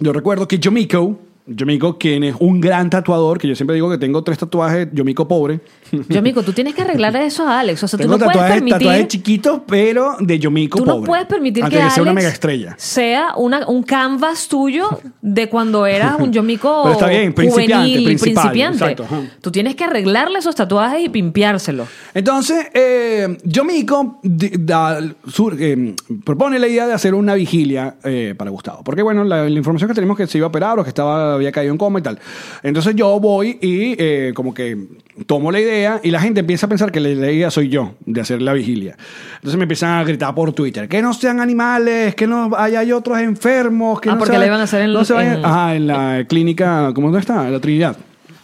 [SPEAKER 1] yo recuerdo que Yomiko, Yomiko, quien es un gran tatuador, que yo siempre digo que tengo tres tatuajes, Yomiko pobre.
[SPEAKER 2] Yo, amigo, tú tienes que arreglar eso a Alex. O sea, tú
[SPEAKER 1] Tengo
[SPEAKER 2] no puedes
[SPEAKER 1] tatuajes,
[SPEAKER 2] permitir.
[SPEAKER 1] tatuajes chiquitos, pero de Yomiko
[SPEAKER 2] Tú
[SPEAKER 1] pobre.
[SPEAKER 2] no puedes permitir
[SPEAKER 1] Antes
[SPEAKER 2] que,
[SPEAKER 1] de sea una
[SPEAKER 2] Alex
[SPEAKER 1] mega estrella.
[SPEAKER 2] sea una- un canvas tuyo de cuando eras un yomico
[SPEAKER 1] *laughs* Pero está bien, principiante,
[SPEAKER 2] juvenil,
[SPEAKER 1] principal,
[SPEAKER 2] principiante.
[SPEAKER 1] exacto, ajá.
[SPEAKER 2] Tú tienes que arreglarle esos tatuajes y pimpeárselos.
[SPEAKER 1] Entonces, eh, Yomiko di- da- sur- eh, propone la idea de hacer una vigilia eh, para Gustavo. Porque, bueno, la, la información que tenemos que se iba a operar o que estaba, había caído en coma y tal. Entonces yo voy y eh, como que tomo la idea y la gente empieza a pensar que la, la idea soy yo de hacer la vigilia. Entonces me empiezan a gritar por Twitter, que no sean animales, que no hay, hay otros enfermos, que
[SPEAKER 2] Ah,
[SPEAKER 1] no
[SPEAKER 2] porque
[SPEAKER 1] se
[SPEAKER 2] la
[SPEAKER 1] vayan-
[SPEAKER 2] iban a hacer en-
[SPEAKER 1] no se vayan-
[SPEAKER 2] en-
[SPEAKER 1] Ajá, en la clínica, ¿cómo dónde está? La Trinidad.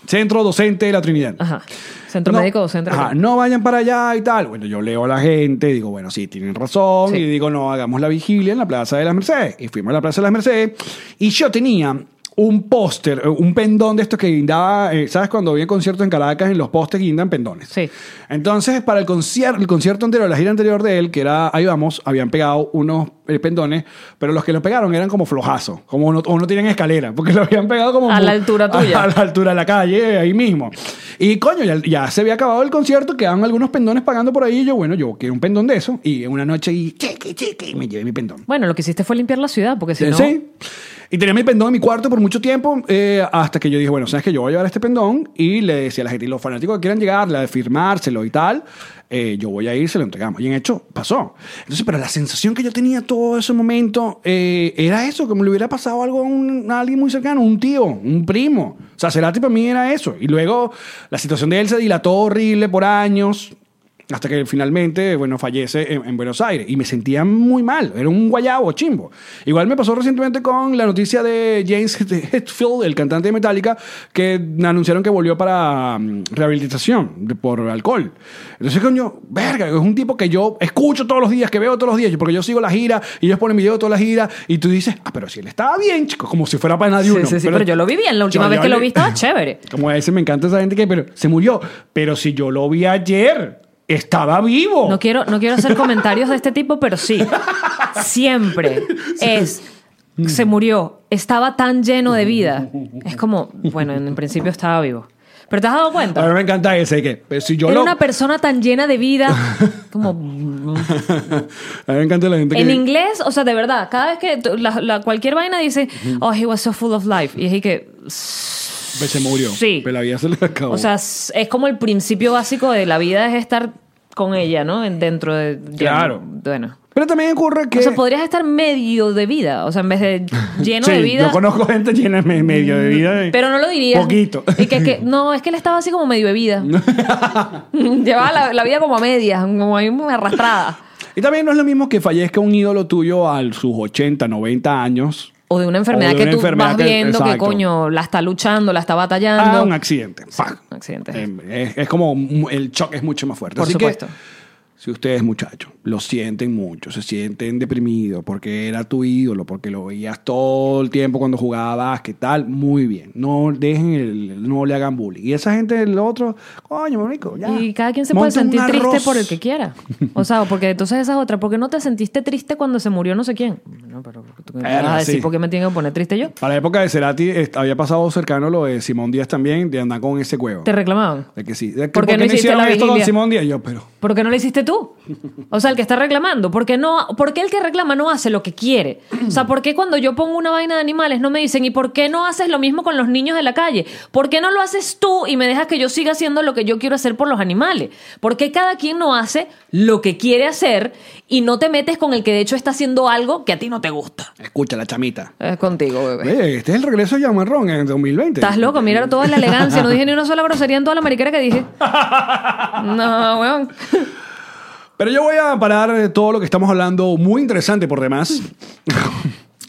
[SPEAKER 1] Centro docente de la Trinidad.
[SPEAKER 2] Ajá. Centro médico docente.
[SPEAKER 1] Ajá, no vayan para allá y tal. Bueno, yo leo a la gente, digo, bueno, sí, tienen razón.
[SPEAKER 2] Sí.
[SPEAKER 1] Y digo, no, hagamos la vigilia en la Plaza de las Mercedes. Y fuimos a la Plaza de las Mercedes. Y yo tenía un póster, eh, un pendón de estos que guindaba, eh, ¿sabes? Cuando había conciertos en Caracas, en los postes guindan pendones.
[SPEAKER 2] Sí.
[SPEAKER 1] Entonces, para el concierto, el concierto anterior, la gira anterior de él, que era Ahí Vamos, habían pegado unos eh, pendones, pero los que los pegaron eran como flojazos, como no, o no tenían escalera, porque lo habían pegado como...
[SPEAKER 2] A la
[SPEAKER 1] mu-
[SPEAKER 2] altura
[SPEAKER 1] *laughs*
[SPEAKER 2] tuya.
[SPEAKER 1] A, la altura de la calle, ahí mismo. Y coño, ya, ya se había acabado el concierto, quedaban algunos pendones pagando por ahí, y yo, bueno, yo quiero un pendón de eso, y una noche y chiqui, chiqui, me llevé mi pendón.
[SPEAKER 2] Bueno, lo que hiciste fue limpiar la ciudad, porque si
[SPEAKER 1] Eh,
[SPEAKER 2] no.
[SPEAKER 1] Sí. Y tenía mi pendón en mi cuarto por mucho tiempo, eh, hasta que yo dije, bueno, sabes que yo voy a llevar este pendón y le decía a la gente, y los fanáticos que quieran llegar, la de firmárselo y tal, eh, yo voy a ir, se lo entregamos. Y en hecho, pasó. Entonces, pero la sensación que yo tenía todo ese momento eh, era eso, que me le hubiera pasado algo a, un- a alguien muy cercano, un tío, un primo. O sea, Cerati para mí era eso. Y luego la situación de él se dilató horrible por años. hasta que finalmente, bueno, fallece en, en Buenos Aires. Y me sentía muy mal, era un guayabo chimbo. Igual me pasó recientemente con la noticia de James *laughs* Hetfield, el cantante de Metallica, que anunciaron que volvió para mm, rehabilitación de- por alcohol. Entonces, coño, verga, es un tipo que yo escucho todos los días, que veo todos los días, porque yo sigo la gira y ellos ponen video de toda la gira y tú dices, ah, pero si él estaba bien, chicos, como si fuera para nadie
[SPEAKER 2] Sí,
[SPEAKER 1] uno.
[SPEAKER 2] sí, sí, pero yo lo vi bien. La última
[SPEAKER 1] Yo-
[SPEAKER 2] vez
[SPEAKER 1] yo
[SPEAKER 2] que lo
[SPEAKER 1] le-
[SPEAKER 2] vi estaba chévere.
[SPEAKER 1] Como a veces me encanta esa gente que pero se murió. Pero si yo lo vi ayer, estaba vivo.
[SPEAKER 2] No quiero, no quiero hacer comentarios de este tipo, pero sí.
[SPEAKER 1] *laughs*
[SPEAKER 2] Siempre es. Se
[SPEAKER 1] Mm.
[SPEAKER 2] murió. Estaba tan lleno de vida. Es como, bueno, en el principio estaba vivo. Pero te has dado
[SPEAKER 1] A mí
[SPEAKER 2] cuenta.
[SPEAKER 1] me encanta ese que. Pero si yo
[SPEAKER 2] Era
[SPEAKER 1] lo.
[SPEAKER 2] una persona tan llena de vida.
[SPEAKER 1] *laughs*
[SPEAKER 2] Como.
[SPEAKER 1] a mí me encanta la gente
[SPEAKER 2] En
[SPEAKER 1] que.
[SPEAKER 2] inglés, o sea, de verdad, cada vez que tú- la, la- cualquier vaina dice, oh, he was so full of life. Y es que.
[SPEAKER 1] Pues se murió.
[SPEAKER 2] Sí.
[SPEAKER 1] Pero la vida se le acabó.
[SPEAKER 2] O sea, es es como el principio básico de la vida es estar con ella, ¿no? En- Dentro de. lleno.
[SPEAKER 1] Claro.
[SPEAKER 2] Bueno.
[SPEAKER 1] pero también ocurre que.
[SPEAKER 2] O sea, podrías estar medio de vida, o sea, en
[SPEAKER 1] *laughs*
[SPEAKER 2] vez de lleno
[SPEAKER 1] Sí,
[SPEAKER 2] de vida.
[SPEAKER 1] Yo conozco gente llena de medio de vida. y-
[SPEAKER 2] Pero no lo dirías.
[SPEAKER 1] Poquito.
[SPEAKER 2] Y que, que- no, es que él estaba así como medio
[SPEAKER 1] *laughs*
[SPEAKER 2] de vida. Llevaba la, la vida como a medias, como ahí arrastrada.
[SPEAKER 1] Y también no es lo mismo que fallezca un ídolo tuyo a sus 80, 90 años.
[SPEAKER 2] O de una enfermedad
[SPEAKER 1] O de
[SPEAKER 2] que
[SPEAKER 1] una
[SPEAKER 2] tú
[SPEAKER 1] enfermedad
[SPEAKER 2] vas
[SPEAKER 1] que-
[SPEAKER 2] viendo que,
[SPEAKER 1] exacto.
[SPEAKER 2] coño, la está luchando, la está batallando.
[SPEAKER 1] Ah, un accidente. Pac.
[SPEAKER 2] Un accidente. *laughs*
[SPEAKER 1] Eh, Es, es como mu- el choque es mucho más fuerte.
[SPEAKER 2] Por
[SPEAKER 1] Así que,
[SPEAKER 2] supuesto.
[SPEAKER 1] si ustedes, muchachos, lo sienten mucho, se sienten deprimidos porque era tu ídolo, porque lo veías todo el tiempo cuando jugabas, ¿qué tal? Muy bien. No dejen el- no le hagan bullying. Y esa gente del otro, coño, marico, ya.
[SPEAKER 2] Y cada quien se
[SPEAKER 1] Monta
[SPEAKER 2] puede sentir
[SPEAKER 1] un
[SPEAKER 2] triste
[SPEAKER 1] arroz.
[SPEAKER 2] por el que quiera. O sea, porque entonces esa es otra. ¿Por qué no te sentiste triste cuando se murió no sé quién? No, pero tú me vas
[SPEAKER 1] Verga,
[SPEAKER 2] a decir
[SPEAKER 1] sí.
[SPEAKER 2] por qué me tienen que poner triste yo.
[SPEAKER 1] Para la época de Cerati eh, había pasado cercano lo de Simón Díaz también, de andar con ese huevo.
[SPEAKER 2] Te reclamaban.
[SPEAKER 1] De que sí. De que,
[SPEAKER 2] ¿Por qué no hiciste
[SPEAKER 1] hicieron
[SPEAKER 2] la
[SPEAKER 1] esto con
[SPEAKER 2] vigilia?
[SPEAKER 1] Simón Díaz? Yo, pero.
[SPEAKER 2] ¿Por qué no lo hiciste tú? O sea, el que está reclamando. ¿Por qué, no, ¿Por qué el que reclama no hace lo que quiere? O sea, ¿por qué cuando yo pongo una vaina de animales no me dicen, ¿y por qué no haces lo mismo con los niños de la calle? ¿Por qué no lo haces tú y me dejas que yo siga haciendo lo que yo quiero hacer por los animales? ¿Por qué cada quien no hace lo que quiere hacer y no te metes con el que de hecho está haciendo algo que a ti no te gusta?
[SPEAKER 1] Escucha la chamita.
[SPEAKER 2] Es contigo, bebé.
[SPEAKER 1] Oye, este es el regreso de Jan Ron en 2020.
[SPEAKER 2] Pues. Estás loco, mira toda la elegancia. No dije ni una sola grosería en toda la mariquera
[SPEAKER 1] *laughs*
[SPEAKER 2] que dije. No, weón.
[SPEAKER 1] Pero yo voy a parar eh, todo lo que estamos hablando, muy interesante por
[SPEAKER 2] *laughs*
[SPEAKER 1] demás.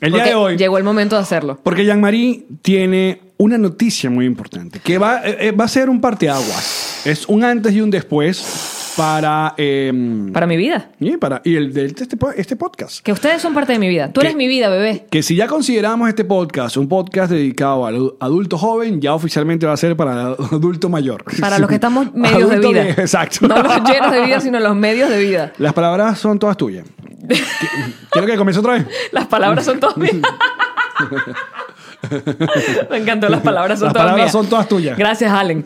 [SPEAKER 1] el día
[SPEAKER 2] Porque
[SPEAKER 1] de hoy.
[SPEAKER 2] Llegó el momento de hacerlo.
[SPEAKER 1] Porque Jean-Marie tiene una noticia muy importante, que va, eh, eh, va a ser un parteaguas. Es un antes y un después para... em,
[SPEAKER 2] Para mi vida.
[SPEAKER 1] y para y el de este, po- este podcast.
[SPEAKER 2] Que ustedes son parte de mi vida. Tú eres
[SPEAKER 1] ¿Qué?
[SPEAKER 2] mi vida, bebé.
[SPEAKER 1] Que si ya consideramos este podcast un podcast dedicado al adu- adulto joven, ya oficialmente va a ser para el adu- adulto mayor. *laughs*
[SPEAKER 2] Para los que estamos medios de
[SPEAKER 1] Adulto
[SPEAKER 2] vida.
[SPEAKER 1] exacto.
[SPEAKER 2] No los llenos de vida, sino los medios de
[SPEAKER 1] *laughs*
[SPEAKER 2] vida.
[SPEAKER 1] Las palabras son todas
[SPEAKER 2] *laughs*
[SPEAKER 1] tuyas. ¿Quiero que comience otra vez?
[SPEAKER 2] Las palabras son todas mías. Me encantó, las palabras son
[SPEAKER 1] Las
[SPEAKER 2] todas
[SPEAKER 1] palabras
[SPEAKER 2] mías.
[SPEAKER 1] son todas tuyas.
[SPEAKER 2] Gracias, Allen.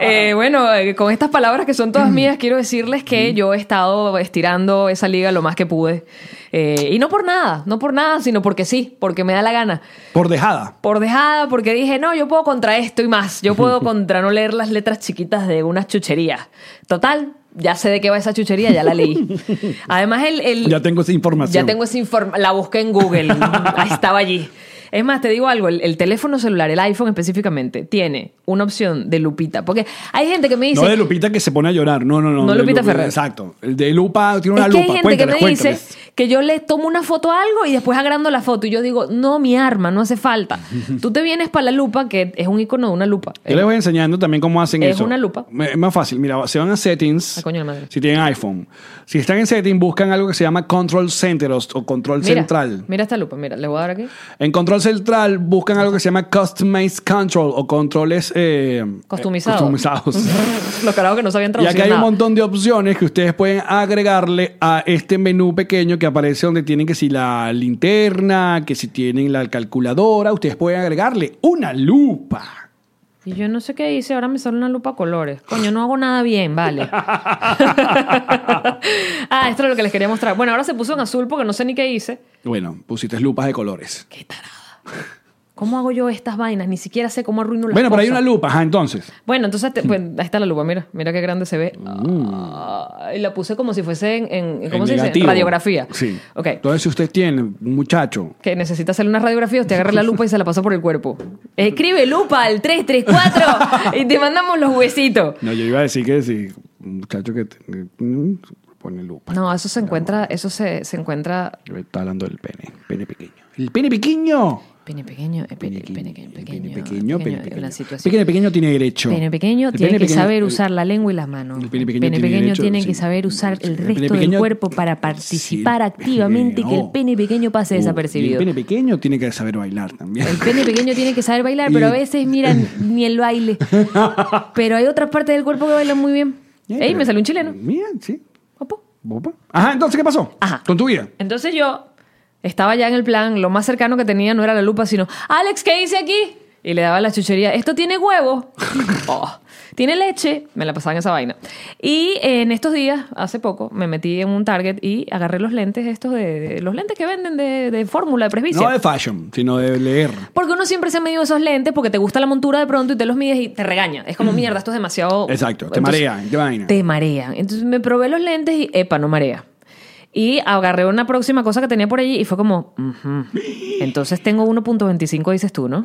[SPEAKER 2] Eh, bueno, eh, con estas palabras que son todas mías, quiero decirles que yo he estado estirando esa liga lo más que pude. Eh, y no por nada, no por nada, sino porque sí, porque me da la gana.
[SPEAKER 1] Por dejada.
[SPEAKER 2] por dejada, porque dije, no, yo puedo contra esto y más.
[SPEAKER 1] *laughs*
[SPEAKER 2] Yo puedo contra no leer las letras chiquitas de unas chucherías. Total, ya sé de qué va esa chuchería, ya
[SPEAKER 1] *laughs*
[SPEAKER 2] la leí. Además, el... el-
[SPEAKER 1] Ya tengo esa información.
[SPEAKER 2] Ya tengo esa información. La busqué en Google.
[SPEAKER 1] *laughs*
[SPEAKER 2] Ahí estaba allí. Es más, te digo algo, el, el teléfono celular, el iPhone específicamente, tiene una opción de lupita. Porque hay gente que me dice...
[SPEAKER 1] No de Lupita que se pone a llorar. No, no, no.
[SPEAKER 2] No
[SPEAKER 1] de
[SPEAKER 2] Lupita
[SPEAKER 1] Lupa-
[SPEAKER 2] Ferrer.
[SPEAKER 1] Exacto. El de Lupa tiene
[SPEAKER 2] Es
[SPEAKER 1] una
[SPEAKER 2] que hay
[SPEAKER 1] lupa.
[SPEAKER 2] gente
[SPEAKER 1] cuéntales,
[SPEAKER 2] que me dice
[SPEAKER 1] cuéntales.
[SPEAKER 2] que yo le tomo una foto a algo y después agrando la foto. Y yo digo, no, mi arma, no
[SPEAKER 1] *laughs*
[SPEAKER 2] hace falta. Tú te vienes para la lupa, que es un icono de una lupa.
[SPEAKER 1] Yo les voy enseñando también cómo hacen
[SPEAKER 2] Es
[SPEAKER 1] eso.
[SPEAKER 2] una lupa.
[SPEAKER 1] Me- Es más fácil. Mira, se van a settings.
[SPEAKER 2] Ah, coño de madre.
[SPEAKER 1] Si tienen iPhone. Si están en settings, buscan algo que se llama Control Center o, o Control
[SPEAKER 2] Mira,
[SPEAKER 1] Central.
[SPEAKER 2] Mira esta lupa, mira, le voy a
[SPEAKER 1] *laughs*
[SPEAKER 2] dar aquí.
[SPEAKER 1] En Control Central buscan algo que se llama Customized Control o controles eh,
[SPEAKER 2] Customizado.
[SPEAKER 1] eh,
[SPEAKER 2] *laughs*
[SPEAKER 1] customizados.
[SPEAKER 2] Los carajos que no sabían
[SPEAKER 1] Y
[SPEAKER 2] traducir.
[SPEAKER 1] aquí hay un
[SPEAKER 2] nada.
[SPEAKER 1] montón de opciones que ustedes pueden agregarle a este menú pequeño que aparece donde tienen que si la linterna, que si tienen la calculadora, ustedes pueden agregarle una lupa.
[SPEAKER 2] Y yo no sé qué hice, ahora me sale una lupa a colores. Coño, no hago nada bien,
[SPEAKER 1] *laughs*
[SPEAKER 2] vale. ah, esto es lo que les quería mostrar. Bueno, ahora se puso en azul porque no sé ni qué hice.
[SPEAKER 1] Bueno, pusiste lupas de colores.
[SPEAKER 2] ¿Cómo hago yo estas vainas? Ni siquiera sé cómo arruino las
[SPEAKER 1] Bueno, pero hay
[SPEAKER 2] cosas.
[SPEAKER 1] una lupa, ajá, entonces.
[SPEAKER 2] Bueno, entonces te- pues, ahí está la lupa, mira, mira qué grande se ve. Ay, la puse como si fuese en, en- ¿cómo
[SPEAKER 1] En
[SPEAKER 2] se dice?
[SPEAKER 1] Mm. negativo.
[SPEAKER 2] Radiografía.
[SPEAKER 1] Sí.
[SPEAKER 2] Ok.
[SPEAKER 1] Entonces, si usted tiene un muchacho
[SPEAKER 2] Que necesita hacer una radiografía, usted agarra la lupa y se la pasa por el cuerpo. Escribe lupa al 334 y te mandamos los huesitos.
[SPEAKER 1] No, yo iba a decir que si muchacho que te- mm, pone lupa.
[SPEAKER 2] No, eso se encuentra, eso se, se encuentra.
[SPEAKER 1] Está hablando del pene, pene pequeño. ¡El pene pequeño!
[SPEAKER 2] Pene pequeño, eh, pene, pene,
[SPEAKER 1] pequeño,
[SPEAKER 2] pequeño,
[SPEAKER 1] pene pequeño,
[SPEAKER 2] eh,
[SPEAKER 1] pene
[SPEAKER 2] pequeño,
[SPEAKER 1] pequeño.
[SPEAKER 2] la situación.
[SPEAKER 1] Pene pequeño tiene derecho.
[SPEAKER 2] Pene pequeño
[SPEAKER 1] El
[SPEAKER 2] tiene
[SPEAKER 1] pene
[SPEAKER 2] que
[SPEAKER 1] pequeño- eh,
[SPEAKER 2] saber
[SPEAKER 1] el-
[SPEAKER 2] usar la lengua y las manos.
[SPEAKER 1] el pene pequeño tiene
[SPEAKER 2] pequeño
[SPEAKER 1] derecho,
[SPEAKER 2] tiene
[SPEAKER 1] sí.
[SPEAKER 2] que saber usar el
[SPEAKER 1] Sí, el pene
[SPEAKER 2] resto del
[SPEAKER 1] pequeño-
[SPEAKER 2] cuerpo para participar
[SPEAKER 1] Sí, el pene
[SPEAKER 2] activamente y que el
[SPEAKER 1] pequeño.
[SPEAKER 2] pene pequeño pase
[SPEAKER 1] Uh, y
[SPEAKER 2] desapercibido.
[SPEAKER 1] El pene pequeño tiene que saber bailar también. *laughs*
[SPEAKER 2] El pene pequeño tiene que saber bailar,
[SPEAKER 1] Y-
[SPEAKER 2] pero a
[SPEAKER 1] *laughs*
[SPEAKER 2] veces, mira, ni el baile. Pero hay otras partes del cuerpo que bailan muy bien.
[SPEAKER 1] Eh,
[SPEAKER 2] Ey,
[SPEAKER 1] pero-
[SPEAKER 2] me salió un chileno.
[SPEAKER 1] Mira, sí.
[SPEAKER 2] Opo.
[SPEAKER 1] Opa. Ajá, entonces, ¿qué pasó?
[SPEAKER 2] Ajá.
[SPEAKER 1] Con tu vida.
[SPEAKER 2] Entonces yo estaba ya en el plan, lo más cercano que tenía no era la lupa, sino, Alex, ¿qué dice aquí? Y le daba la chuchería, esto tiene huevo, *laughs* Oh. tiene leche, me la pasaba en esa vaina. Y eh, en estos días, hace poco, me metí en un Target y agarré los lentes estos de, de- los lentes que venden de, de fórmula, de presbicia.
[SPEAKER 1] No de fashion, sino de leer.
[SPEAKER 2] Porque uno siempre se ha medido esos lentes porque te gusta la montura de pronto y te los mides y te regaña. Es como, mierda, esto es demasiado...
[SPEAKER 1] Mm. Exacto, te marean, te vaina.
[SPEAKER 2] Oh, Te marean. Entonces me probé los lentes y, epa, no marea. Y agarré una próxima cosa que tenía por allí y fue como, ujú. entonces tengo 1.25, dices
[SPEAKER 1] *laughs*
[SPEAKER 2] tú, ¿no?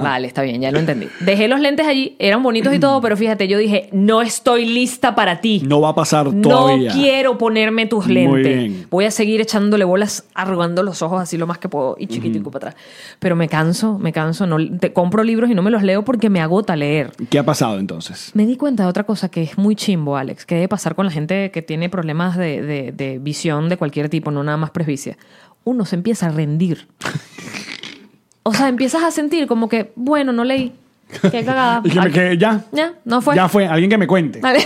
[SPEAKER 2] Vale, está bien, ya lo entendí. Dejé los lentes allí, eran bonitos y todo, pero fíjate, yo dije, no estoy lista para ti.
[SPEAKER 1] No va a pasar
[SPEAKER 2] No
[SPEAKER 1] todavía.
[SPEAKER 2] quiero ponerme tus
[SPEAKER 1] Muy
[SPEAKER 2] lentes.
[SPEAKER 1] bien.
[SPEAKER 2] Voy a seguir echándole bolas, arrugando los ojos así lo más que puedo y chiquitico para atrás. Pero me canso, me canso. No, te compro libros y no me los leo porque me agota leer.
[SPEAKER 1] ¿Qué ha pasado entonces?
[SPEAKER 2] Me di cuenta de otra cosa que es muy chimbo, Alex, que debe pasar con la gente que tiene problemas de, de- de visión de cualquier tipo, no nada más presbicia. Uno se empieza a rendir. O sea, empiezas a sentir como que, bueno, no leí. Qué cagada.
[SPEAKER 1] *laughs* Y que me quedé, ya.
[SPEAKER 2] Ya, no fue.
[SPEAKER 1] Ya fue, alguien que me
[SPEAKER 2] *laughs*
[SPEAKER 1] cuente.
[SPEAKER 2] Al-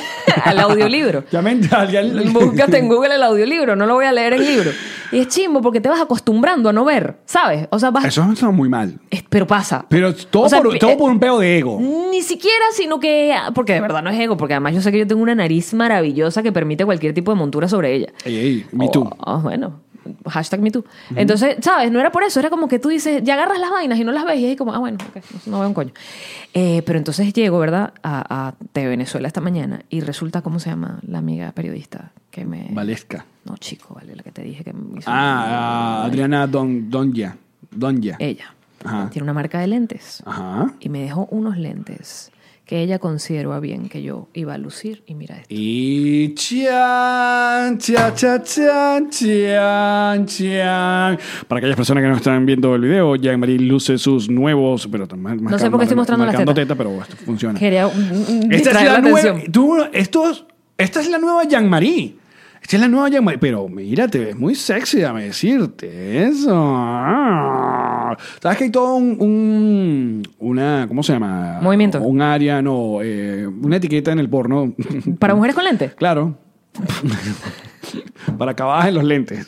[SPEAKER 2] al audiolibro.
[SPEAKER 1] *laughs* Ya me alguien.
[SPEAKER 2] Búscate en Google el audiolibro, no lo voy a leer en libro. Y es chimbo porque te vas acostumbrando a no ver, ¿sabes? O sea, vas.
[SPEAKER 1] *laughs* Eso está muy mal.
[SPEAKER 2] es- pero pasa.
[SPEAKER 1] Pero todo,
[SPEAKER 2] O sea, Mm.
[SPEAKER 1] por,
[SPEAKER 2] pi-
[SPEAKER 1] todo por un pedo de ego.
[SPEAKER 2] Ni siquiera, sino que. Porque de verdad no es ego, porque además yo sé que yo tengo una nariz maravillosa que permite cualquier tipo de montura sobre ella.
[SPEAKER 1] Ey, ey, me too.
[SPEAKER 2] Oh, oh, bueno. Hashtag me too. Entonces, ¿sabes? No era por eso, era como que tú dices, ya agarras las vainas y no las ves, y es como, ah, bueno, ok, no, no veo un coño. Eh, pero entonces llego, ¿verdad?, a, a TV Venezuela esta mañana y resulta, ¿cómo se llama? La amiga periodista que me.
[SPEAKER 1] Valesca.
[SPEAKER 2] No, chico, vale, la que te dije que me hizo-
[SPEAKER 1] Ah, ah, Adriana Don, Donja. Donja.
[SPEAKER 2] Ella.
[SPEAKER 1] Ajá. Ah.
[SPEAKER 2] Tiene una marca de lentes.
[SPEAKER 1] Ajá.
[SPEAKER 2] Y me dejó unos lentes que ella consideró bien que yo iba a lucir. Y mira esto.
[SPEAKER 1] Y chan, chan, chan, chan, chan, chan. Para aquellas personas que no están viendo el video, Jean-Marie luce sus nuevos. Pero más,
[SPEAKER 2] No sé por qué estoy mostrando las
[SPEAKER 1] marcando
[SPEAKER 2] tetas.
[SPEAKER 1] teta, pero esto funciona.
[SPEAKER 2] Quería mm, mm,
[SPEAKER 1] Esta es
[SPEAKER 2] distraer
[SPEAKER 1] la
[SPEAKER 2] la
[SPEAKER 1] nueva.
[SPEAKER 2] atención.
[SPEAKER 1] tú, esto es- esta es la nueva Jean-Marie. Esta es la nueva Jean-Marie. Pero mira, te ves muy sexy, dame decirte eso. Ah. ¿Sabes que hay todo un, un- Una. ¿Cómo se llama?
[SPEAKER 2] Movimiento.
[SPEAKER 1] Un área, no. eh, una etiqueta en el porno. *laughs*
[SPEAKER 2] Para mujeres con lentes.
[SPEAKER 1] Claro. *laughs* Para que bajen los
[SPEAKER 2] *laughs*
[SPEAKER 1] lentes.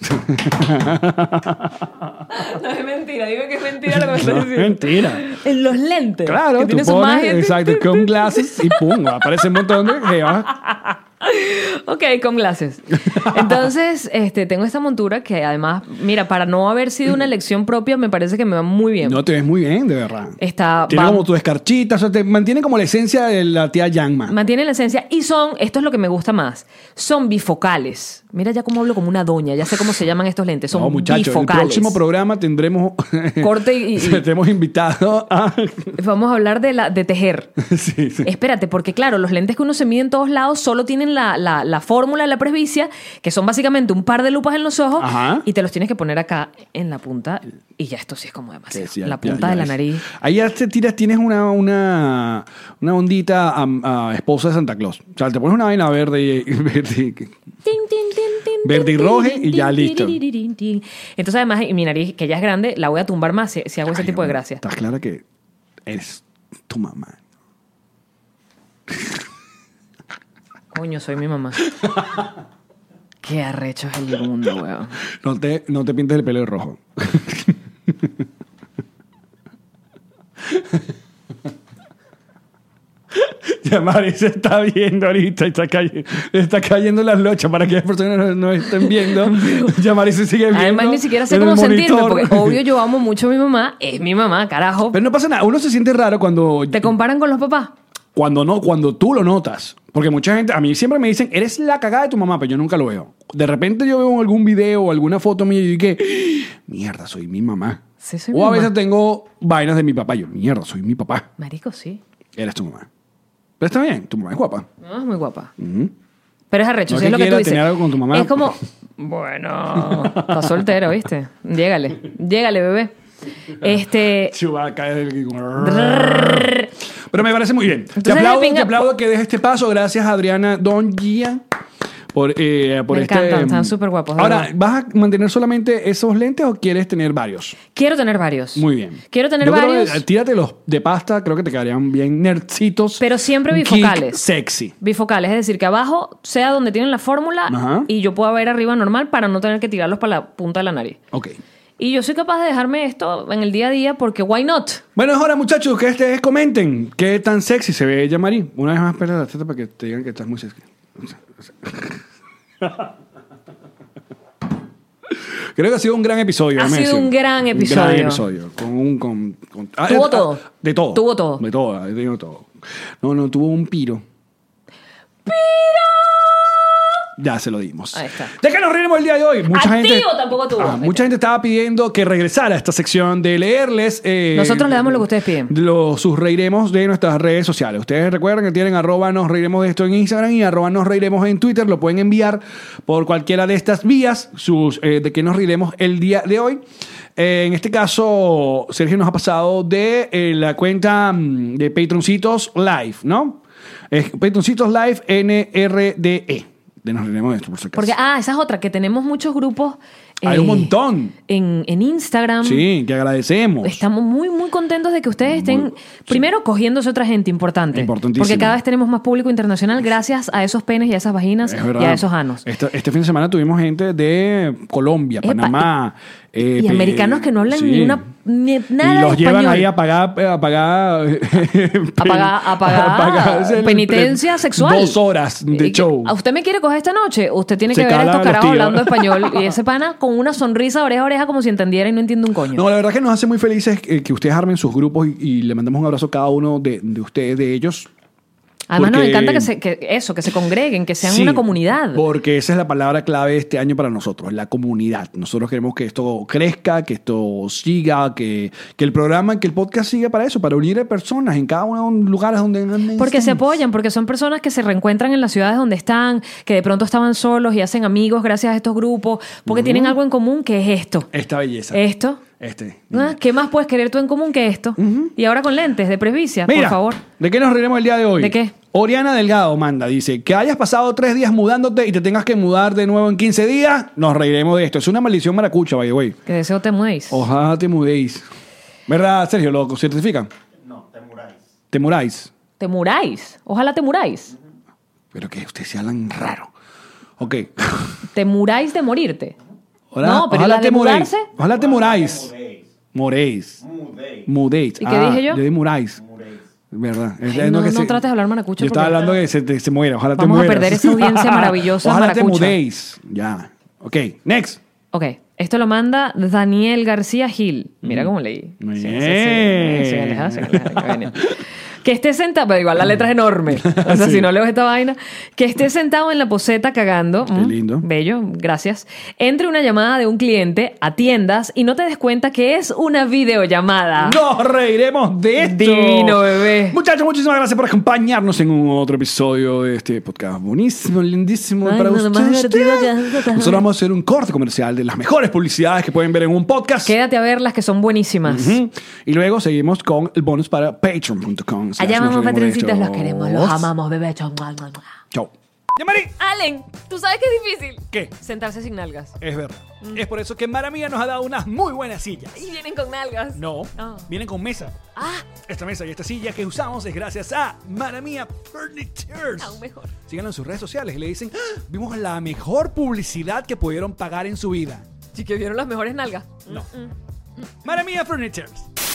[SPEAKER 2] No es mentira, dime que es mentira lo que me
[SPEAKER 1] No, mentira.
[SPEAKER 2] En los lentes.
[SPEAKER 1] Claro,
[SPEAKER 2] que
[SPEAKER 1] tú
[SPEAKER 2] tiene su
[SPEAKER 1] pones,
[SPEAKER 2] magia.
[SPEAKER 1] exacto, con glasses y pum, aparece un montón de ah, jevas.
[SPEAKER 2] *laughs* Ok, con glasses. Entonces, este, tengo esta montura que además, mira, para no haber sido
[SPEAKER 1] *clears throat*
[SPEAKER 2] una elección propia, me parece que me va muy bien.
[SPEAKER 1] No te ves muy bien, de verdad.
[SPEAKER 2] Está-
[SPEAKER 1] Tiene
[SPEAKER 2] Ah, va-
[SPEAKER 1] como tu escarchita, o sea, te mantiene como la esencia de la tía Yangma.
[SPEAKER 2] Mantiene la esencia y son, esto es lo que me gusta más, son bifocales. Mira ya cómo hablo como una doña, ya sé cómo se llaman estos lentes, son
[SPEAKER 1] No, muchachos, en el
[SPEAKER 2] bifocales.
[SPEAKER 1] próximo programa tendremos. *laughs*
[SPEAKER 2] Corte y- y-
[SPEAKER 1] Tenemos invitado a. *laughs*
[SPEAKER 2] Vamos a hablar de, la, de tejer.
[SPEAKER 1] sí, sí.
[SPEAKER 2] Espérate, porque claro, los lentes que uno se mide en todos lados solo tienen la, la, la fórmula de la presbicia, que son básicamente un par de lupas en los ojos,
[SPEAKER 1] Ajá.
[SPEAKER 2] y te los tienes que poner acá en la punta, y ya esto sí es como demasiado.
[SPEAKER 1] Sí, sí,
[SPEAKER 2] la
[SPEAKER 1] ya-
[SPEAKER 2] punta
[SPEAKER 1] ya
[SPEAKER 2] de la
[SPEAKER 1] es.
[SPEAKER 2] nariz.
[SPEAKER 1] Ahí ya te tiras, tienes una, una, una ondita a, a esposa de Santa Claus. O sea, te pones una vaina verde y. *laughs* verde y-
[SPEAKER 2] Tin, tin, tin, tin,
[SPEAKER 1] Verde
[SPEAKER 2] tin,
[SPEAKER 1] y roja
[SPEAKER 2] tin,
[SPEAKER 1] y ya
[SPEAKER 2] tin,
[SPEAKER 1] listo.
[SPEAKER 2] tin, tin, tin. Entonces, además, y mi nariz, que ya es grande, la voy a tumbar más si, si hago ese
[SPEAKER 1] Ay,
[SPEAKER 2] tipo de
[SPEAKER 1] amor,
[SPEAKER 2] gracia.
[SPEAKER 1] Estás clara que eres tu mamá.
[SPEAKER 2] Coño, soy mi
[SPEAKER 1] *laughs*
[SPEAKER 2] mamá. Qué arrecho es el mundo, weón.
[SPEAKER 1] No te, no te pintes el pelo de rojo. *laughs* Ya Mari se está viendo ahorita, está, calle- está cayendo las lochas para que las personas no, no estén
[SPEAKER 2] *laughs*
[SPEAKER 1] viendo. Ya Mari se sigue viendo.
[SPEAKER 2] Además, ni siquiera sé
[SPEAKER 1] en el
[SPEAKER 2] cómo sentirme,
[SPEAKER 1] monitor. *laughs*
[SPEAKER 2] porque obvio yo amo mucho a mi mamá, es mi mamá, carajo.
[SPEAKER 1] Pero no pasa nada, uno se siente raro cuando,
[SPEAKER 2] ¿Te comparan con los papás?
[SPEAKER 1] cuando no, cuando tú lo notas. Porque mucha gente, a mí siempre me dicen, eres la cagada de tu mamá, pero yo nunca lo veo. De repente yo veo algún video o alguna foto mía y que, mierda, soy mi mamá.
[SPEAKER 2] Sí, soy
[SPEAKER 1] o
[SPEAKER 2] mi
[SPEAKER 1] a
[SPEAKER 2] mamá.
[SPEAKER 1] veces tengo vainas de mi papá. Yo, mierda, soy mi papá.
[SPEAKER 2] Marico, sí.
[SPEAKER 1] Eres tu mamá. Pero está bien, tu mamá es guapa.
[SPEAKER 2] No, es muy guapa. Pero es arrecho,
[SPEAKER 1] No que
[SPEAKER 2] si es lo que tú
[SPEAKER 1] quiera
[SPEAKER 2] dices.
[SPEAKER 1] tener algo con tu mamá.
[SPEAKER 2] Es como, bueno, está soltero, ¿viste? Llégale, llégale, bebé.
[SPEAKER 1] *laughs*
[SPEAKER 2] Este,
[SPEAKER 1] Chewbacca es el que- Pero me parece muy bien. Te
[SPEAKER 2] Entonces,
[SPEAKER 1] aplaudo,
[SPEAKER 2] venga,
[SPEAKER 1] te aplaudo que des este paso. Gracias, Adriana Dongia. Por, eh, por
[SPEAKER 2] Me
[SPEAKER 1] este,
[SPEAKER 2] encantan,
[SPEAKER 1] em,
[SPEAKER 2] están súper guapos, de
[SPEAKER 1] Ahora,
[SPEAKER 2] verdad.
[SPEAKER 1] ¿vas a mantener solamente esos lentes o quieres tener varios?
[SPEAKER 2] quiero tener varios.
[SPEAKER 1] Muy bien.
[SPEAKER 2] Quiero tener
[SPEAKER 1] Yo creo que,
[SPEAKER 2] varios.
[SPEAKER 1] eh, tírate los de pasta, creo que te quedarían bien nercitos.
[SPEAKER 2] Pero siempre
[SPEAKER 1] Geek,
[SPEAKER 2] bifocales.
[SPEAKER 1] Sexy.
[SPEAKER 2] Bifocales, es decir, que abajo sea donde tienen la fórmula
[SPEAKER 1] Ajá.
[SPEAKER 2] y yo pueda ver arriba normal para no tener que tirarlos para la punta de la nariz.
[SPEAKER 1] Ok.
[SPEAKER 2] Y yo soy capaz de dejarme esto en el día a día porque why not?
[SPEAKER 1] Bueno, es hora, muchachos, que ustedes comenten qué tan sexy se ve Yamari. Una vez más, pela la teta para que te digan que estás muy sexy. Creo que ha sido un gran episodio.
[SPEAKER 2] Ha
[SPEAKER 1] déjame
[SPEAKER 2] sido
[SPEAKER 1] decir.
[SPEAKER 2] un gran
[SPEAKER 1] Un gran
[SPEAKER 2] episodio.
[SPEAKER 1] episodio. Con un, con, con- ah,
[SPEAKER 2] Tuvo
[SPEAKER 1] eh,
[SPEAKER 2] todo.
[SPEAKER 1] ah, De todo.
[SPEAKER 2] Tuvo todo.
[SPEAKER 1] De todo, ha tenido todo. No, no, tuvo un piro. Ya se lo dimos.
[SPEAKER 2] Ahí está.
[SPEAKER 1] ¿De qué nos reiremos el día de hoy? Mucha
[SPEAKER 2] Activo
[SPEAKER 1] gente,
[SPEAKER 2] tampoco tuvo.
[SPEAKER 1] Ah, mucha gente estaba pidiendo que regresara a esta sección de leerles. eh,
[SPEAKER 2] Nosotros le damos lo que ustedes piden.
[SPEAKER 1] Lo, sus reiremos de nuestras redes sociales. Ustedes recuerden que tienen arroba nos reiremos de esto en Instagram y arroba nos reiremos en Twitter. Lo pueden enviar por cualquiera de estas vías sus, eh, de que nos reiremos el día de hoy. Eh, en este caso, Sergio nos ha pasado de eh, la cuenta mm, de Patroncitos Live, ¿no? Es Patroncitos Live NRDE. E, De nos reiremos de esto, por si acaso.
[SPEAKER 2] Porque, ah, esa es otra, que tenemos muchos grupos. eh,
[SPEAKER 1] Hay un montón.
[SPEAKER 2] En, en Instagram.
[SPEAKER 1] Sí, que agradecemos.
[SPEAKER 2] Estamos muy, muy contentos de que ustedes estén,
[SPEAKER 1] Muy-
[SPEAKER 2] primero, cogiéndose otra gente importante.
[SPEAKER 1] Importantísimo.
[SPEAKER 2] Porque cada vez tenemos más público internacional gracias a esos penes y a esas vaginas
[SPEAKER 1] Es
[SPEAKER 2] y
[SPEAKER 1] verdad.
[SPEAKER 2] a esos anos.
[SPEAKER 1] Este, este fin de semana tuvimos gente de Colombia,
[SPEAKER 2] Epa,
[SPEAKER 1] Panamá. eh,
[SPEAKER 2] y
[SPEAKER 1] pe-
[SPEAKER 2] americanos que no hablan ni una- ni nada
[SPEAKER 1] Y los
[SPEAKER 2] de
[SPEAKER 1] llevan
[SPEAKER 2] español.
[SPEAKER 1] ahí a pagar. eh, A pagar,
[SPEAKER 2] *laughs* Apagar,
[SPEAKER 1] *laughs*
[SPEAKER 2] apagar,
[SPEAKER 1] el-
[SPEAKER 2] penitencia
[SPEAKER 1] el-
[SPEAKER 2] sexual.
[SPEAKER 1] Dos horas
[SPEAKER 2] Eh, Y
[SPEAKER 1] de
[SPEAKER 2] que,
[SPEAKER 1] show.
[SPEAKER 2] ¿A usted me quiere coger esta noche? Usted tiene
[SPEAKER 1] Se
[SPEAKER 2] que ver a
[SPEAKER 1] cala
[SPEAKER 2] estos
[SPEAKER 1] los
[SPEAKER 2] carajos
[SPEAKER 1] tíos.
[SPEAKER 2] hablando español.
[SPEAKER 1] *laughs*
[SPEAKER 2] Y ese pana con una sonrisa oreja a oreja como si entendiera y no entiende un coño.
[SPEAKER 1] No, la verdad que nos hace muy felices eh, que, que ustedes armen sus grupos y, y le mandamos un abrazo a cada uno de, de ustedes, de ellos.
[SPEAKER 2] Además nos
[SPEAKER 1] porque-
[SPEAKER 2] encanta que, se- que eso, que se congreguen, que sean
[SPEAKER 1] Sí,
[SPEAKER 2] una comunidad.
[SPEAKER 1] Porque esa es la palabra clave de este año para nosotros, la comunidad. Nosotros queremos que esto crezca, que esto siga, que, que el programa, que el podcast siga para eso, para unir a personas en cada uno de los lugares donde
[SPEAKER 2] Porque se apoyan, porque son personas que se reencuentran en las ciudades donde están, que de pronto estaban solos y hacen amigos gracias a estos grupos, porque tienen algo en común que es esto.
[SPEAKER 1] Esta belleza.
[SPEAKER 2] Esto.
[SPEAKER 1] Este.
[SPEAKER 2] ¿Ah? ¿Qué más puedes querer tú en común que esto? Y ahora con lentes de presbicia, por
[SPEAKER 1] Mira,
[SPEAKER 2] favor.
[SPEAKER 1] ¿de qué nos reiremos el día de hoy?
[SPEAKER 2] ¿De qué?
[SPEAKER 1] Oriana Delgado manda, dice, que hayas pasado tres días mudándote y te tengas que mudar de nuevo en 15 días, nos reiremos de esto. Es una maldición maracucha, by the way.
[SPEAKER 2] Que deseo te muéis.
[SPEAKER 1] Ojalá te mudéis. ¿Verdad, Sergio? ¿Lo certifican?
[SPEAKER 4] No, te muráis.
[SPEAKER 1] ¿Te muráis?
[SPEAKER 2] Te muráis. Ojalá te muráis.
[SPEAKER 1] Pero que ustedes se hablan raro. *laughs* Ok.
[SPEAKER 2] Te muráis de morirte.
[SPEAKER 1] Ahora-
[SPEAKER 2] no, pero
[SPEAKER 1] ojalá
[SPEAKER 2] la
[SPEAKER 1] te
[SPEAKER 2] de
[SPEAKER 1] muráis.
[SPEAKER 2] mudarse.
[SPEAKER 1] Ojalá te muráis.
[SPEAKER 4] Mudéis.
[SPEAKER 1] Moréis.
[SPEAKER 4] Mudéis.
[SPEAKER 1] Mudéis. Ah,
[SPEAKER 2] ¿Y qué dije yo?
[SPEAKER 1] Yo dije muráis.
[SPEAKER 4] Mudéis.
[SPEAKER 1] ¿Verdad? Es-
[SPEAKER 2] Ay,
[SPEAKER 1] es lo
[SPEAKER 2] no-
[SPEAKER 1] que
[SPEAKER 2] no trates de hablar maracucho
[SPEAKER 1] Yo estaba
[SPEAKER 2] porque-
[SPEAKER 1] hablando que se, te- se muera. Ojalá te
[SPEAKER 2] Vamos a
[SPEAKER 1] mueras.
[SPEAKER 2] perder
[SPEAKER 1] *laughs*
[SPEAKER 2] esa audiencia maravillosa
[SPEAKER 1] Ojalá te
[SPEAKER 2] maracucha.
[SPEAKER 1] mudéis. Ya. Ok. Next.
[SPEAKER 2] Ok, esto lo manda Daniel García Gil. Mira cómo leí.
[SPEAKER 1] Muy
[SPEAKER 2] Sí,
[SPEAKER 1] bien.
[SPEAKER 2] sí, sí. Sí, alejado, sí, alejado,
[SPEAKER 1] *laughs*
[SPEAKER 2] qué vaina. Que esté sentado, pero igual la letra es enorme. O sea,
[SPEAKER 1] Sí.
[SPEAKER 2] si no leo esta vaina. Que esté sentado en la poseta cagando.
[SPEAKER 1] Qué
[SPEAKER 2] Mm,
[SPEAKER 1] lindo.
[SPEAKER 2] Bello, gracias. Entre una llamada de un cliente, atiendas y no te des cuenta que es una videollamada.
[SPEAKER 1] Nos reiremos de esto.
[SPEAKER 2] Ah. Divino, bebé.
[SPEAKER 1] Muchachos, muchísimas gracias por acompañarnos en un otro episodio de este podcast. Buenísimo, lindísimo.
[SPEAKER 2] Ay,
[SPEAKER 1] para
[SPEAKER 2] nada más
[SPEAKER 1] ustedes.
[SPEAKER 2] divertido que esto.
[SPEAKER 1] Nosotros vamos a hacer un corte comercial de las mejores publicidades que pueden ver en un podcast.
[SPEAKER 2] Quédate a verlas que son buenísimas.
[SPEAKER 1] Ujú. Y luego seguimos con el bonus para patreon.com.
[SPEAKER 2] Allá vamos, patroncitos,
[SPEAKER 1] patroncitos,
[SPEAKER 2] los queremos, los amamos, bebé. Chau, mua, mua, mua.
[SPEAKER 1] Chau. Yamari,
[SPEAKER 2] Allen, tú sabes que es difícil.
[SPEAKER 1] ¿Qué?
[SPEAKER 2] Sentarse sin nalgas.
[SPEAKER 1] es verdad.
[SPEAKER 2] Mm.
[SPEAKER 1] Es por eso que Maramía nos ha dado unas muy buenas sillas.
[SPEAKER 2] Y vienen con nalgas.
[SPEAKER 1] No,
[SPEAKER 2] Ah.
[SPEAKER 1] vienen con mesa.
[SPEAKER 2] Ah,
[SPEAKER 1] Esta mesa y esta silla que usamos es gracias a Maramía Furnitures.
[SPEAKER 2] aún mejor.
[SPEAKER 1] Síganlo en sus redes sociales y le dicen, "Ah, vimos la mejor publicidad que pudieron pagar en su vida.
[SPEAKER 2] Sí que vieron las mejores nalgas.
[SPEAKER 1] No.
[SPEAKER 2] Mm,
[SPEAKER 1] Maramía Furnitures.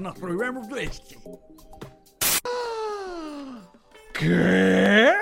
[SPEAKER 1] Nos Remember Blessed. ¿Qué?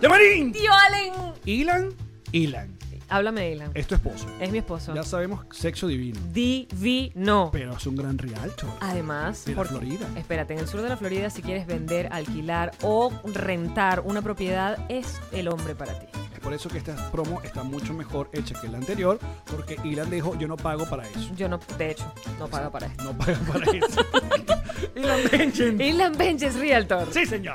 [SPEAKER 1] ¡Llamarín!
[SPEAKER 2] ¡Tío Allen!
[SPEAKER 1] Ilan, Ilan,
[SPEAKER 2] Háblame de Ilan.
[SPEAKER 1] es tu esposo.
[SPEAKER 2] Es mi esposo.
[SPEAKER 1] Ya sabemos, sexo divino.
[SPEAKER 2] Divino.
[SPEAKER 1] Pero es un gran rialto.
[SPEAKER 2] Ah. Además,
[SPEAKER 1] De la
[SPEAKER 2] por-
[SPEAKER 1] Florida.
[SPEAKER 2] Espérate, en el sur de la Florida, si quieres vender, alquilar o rentar una propiedad, es el hombre para ti.
[SPEAKER 1] Es por eso que esta promo está mucho mejor hecha que la anterior, porque Ilan dijo, yo no pago para eso.
[SPEAKER 2] Yo no, de hecho, no pago para esto.
[SPEAKER 1] No paga para eso. Ilan Benjen.
[SPEAKER 2] Ilan Benches Realtor.
[SPEAKER 1] Sí, señor.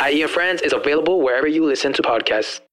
[SPEAKER 5] E IE and Friends is available wherever you listen to podcasts.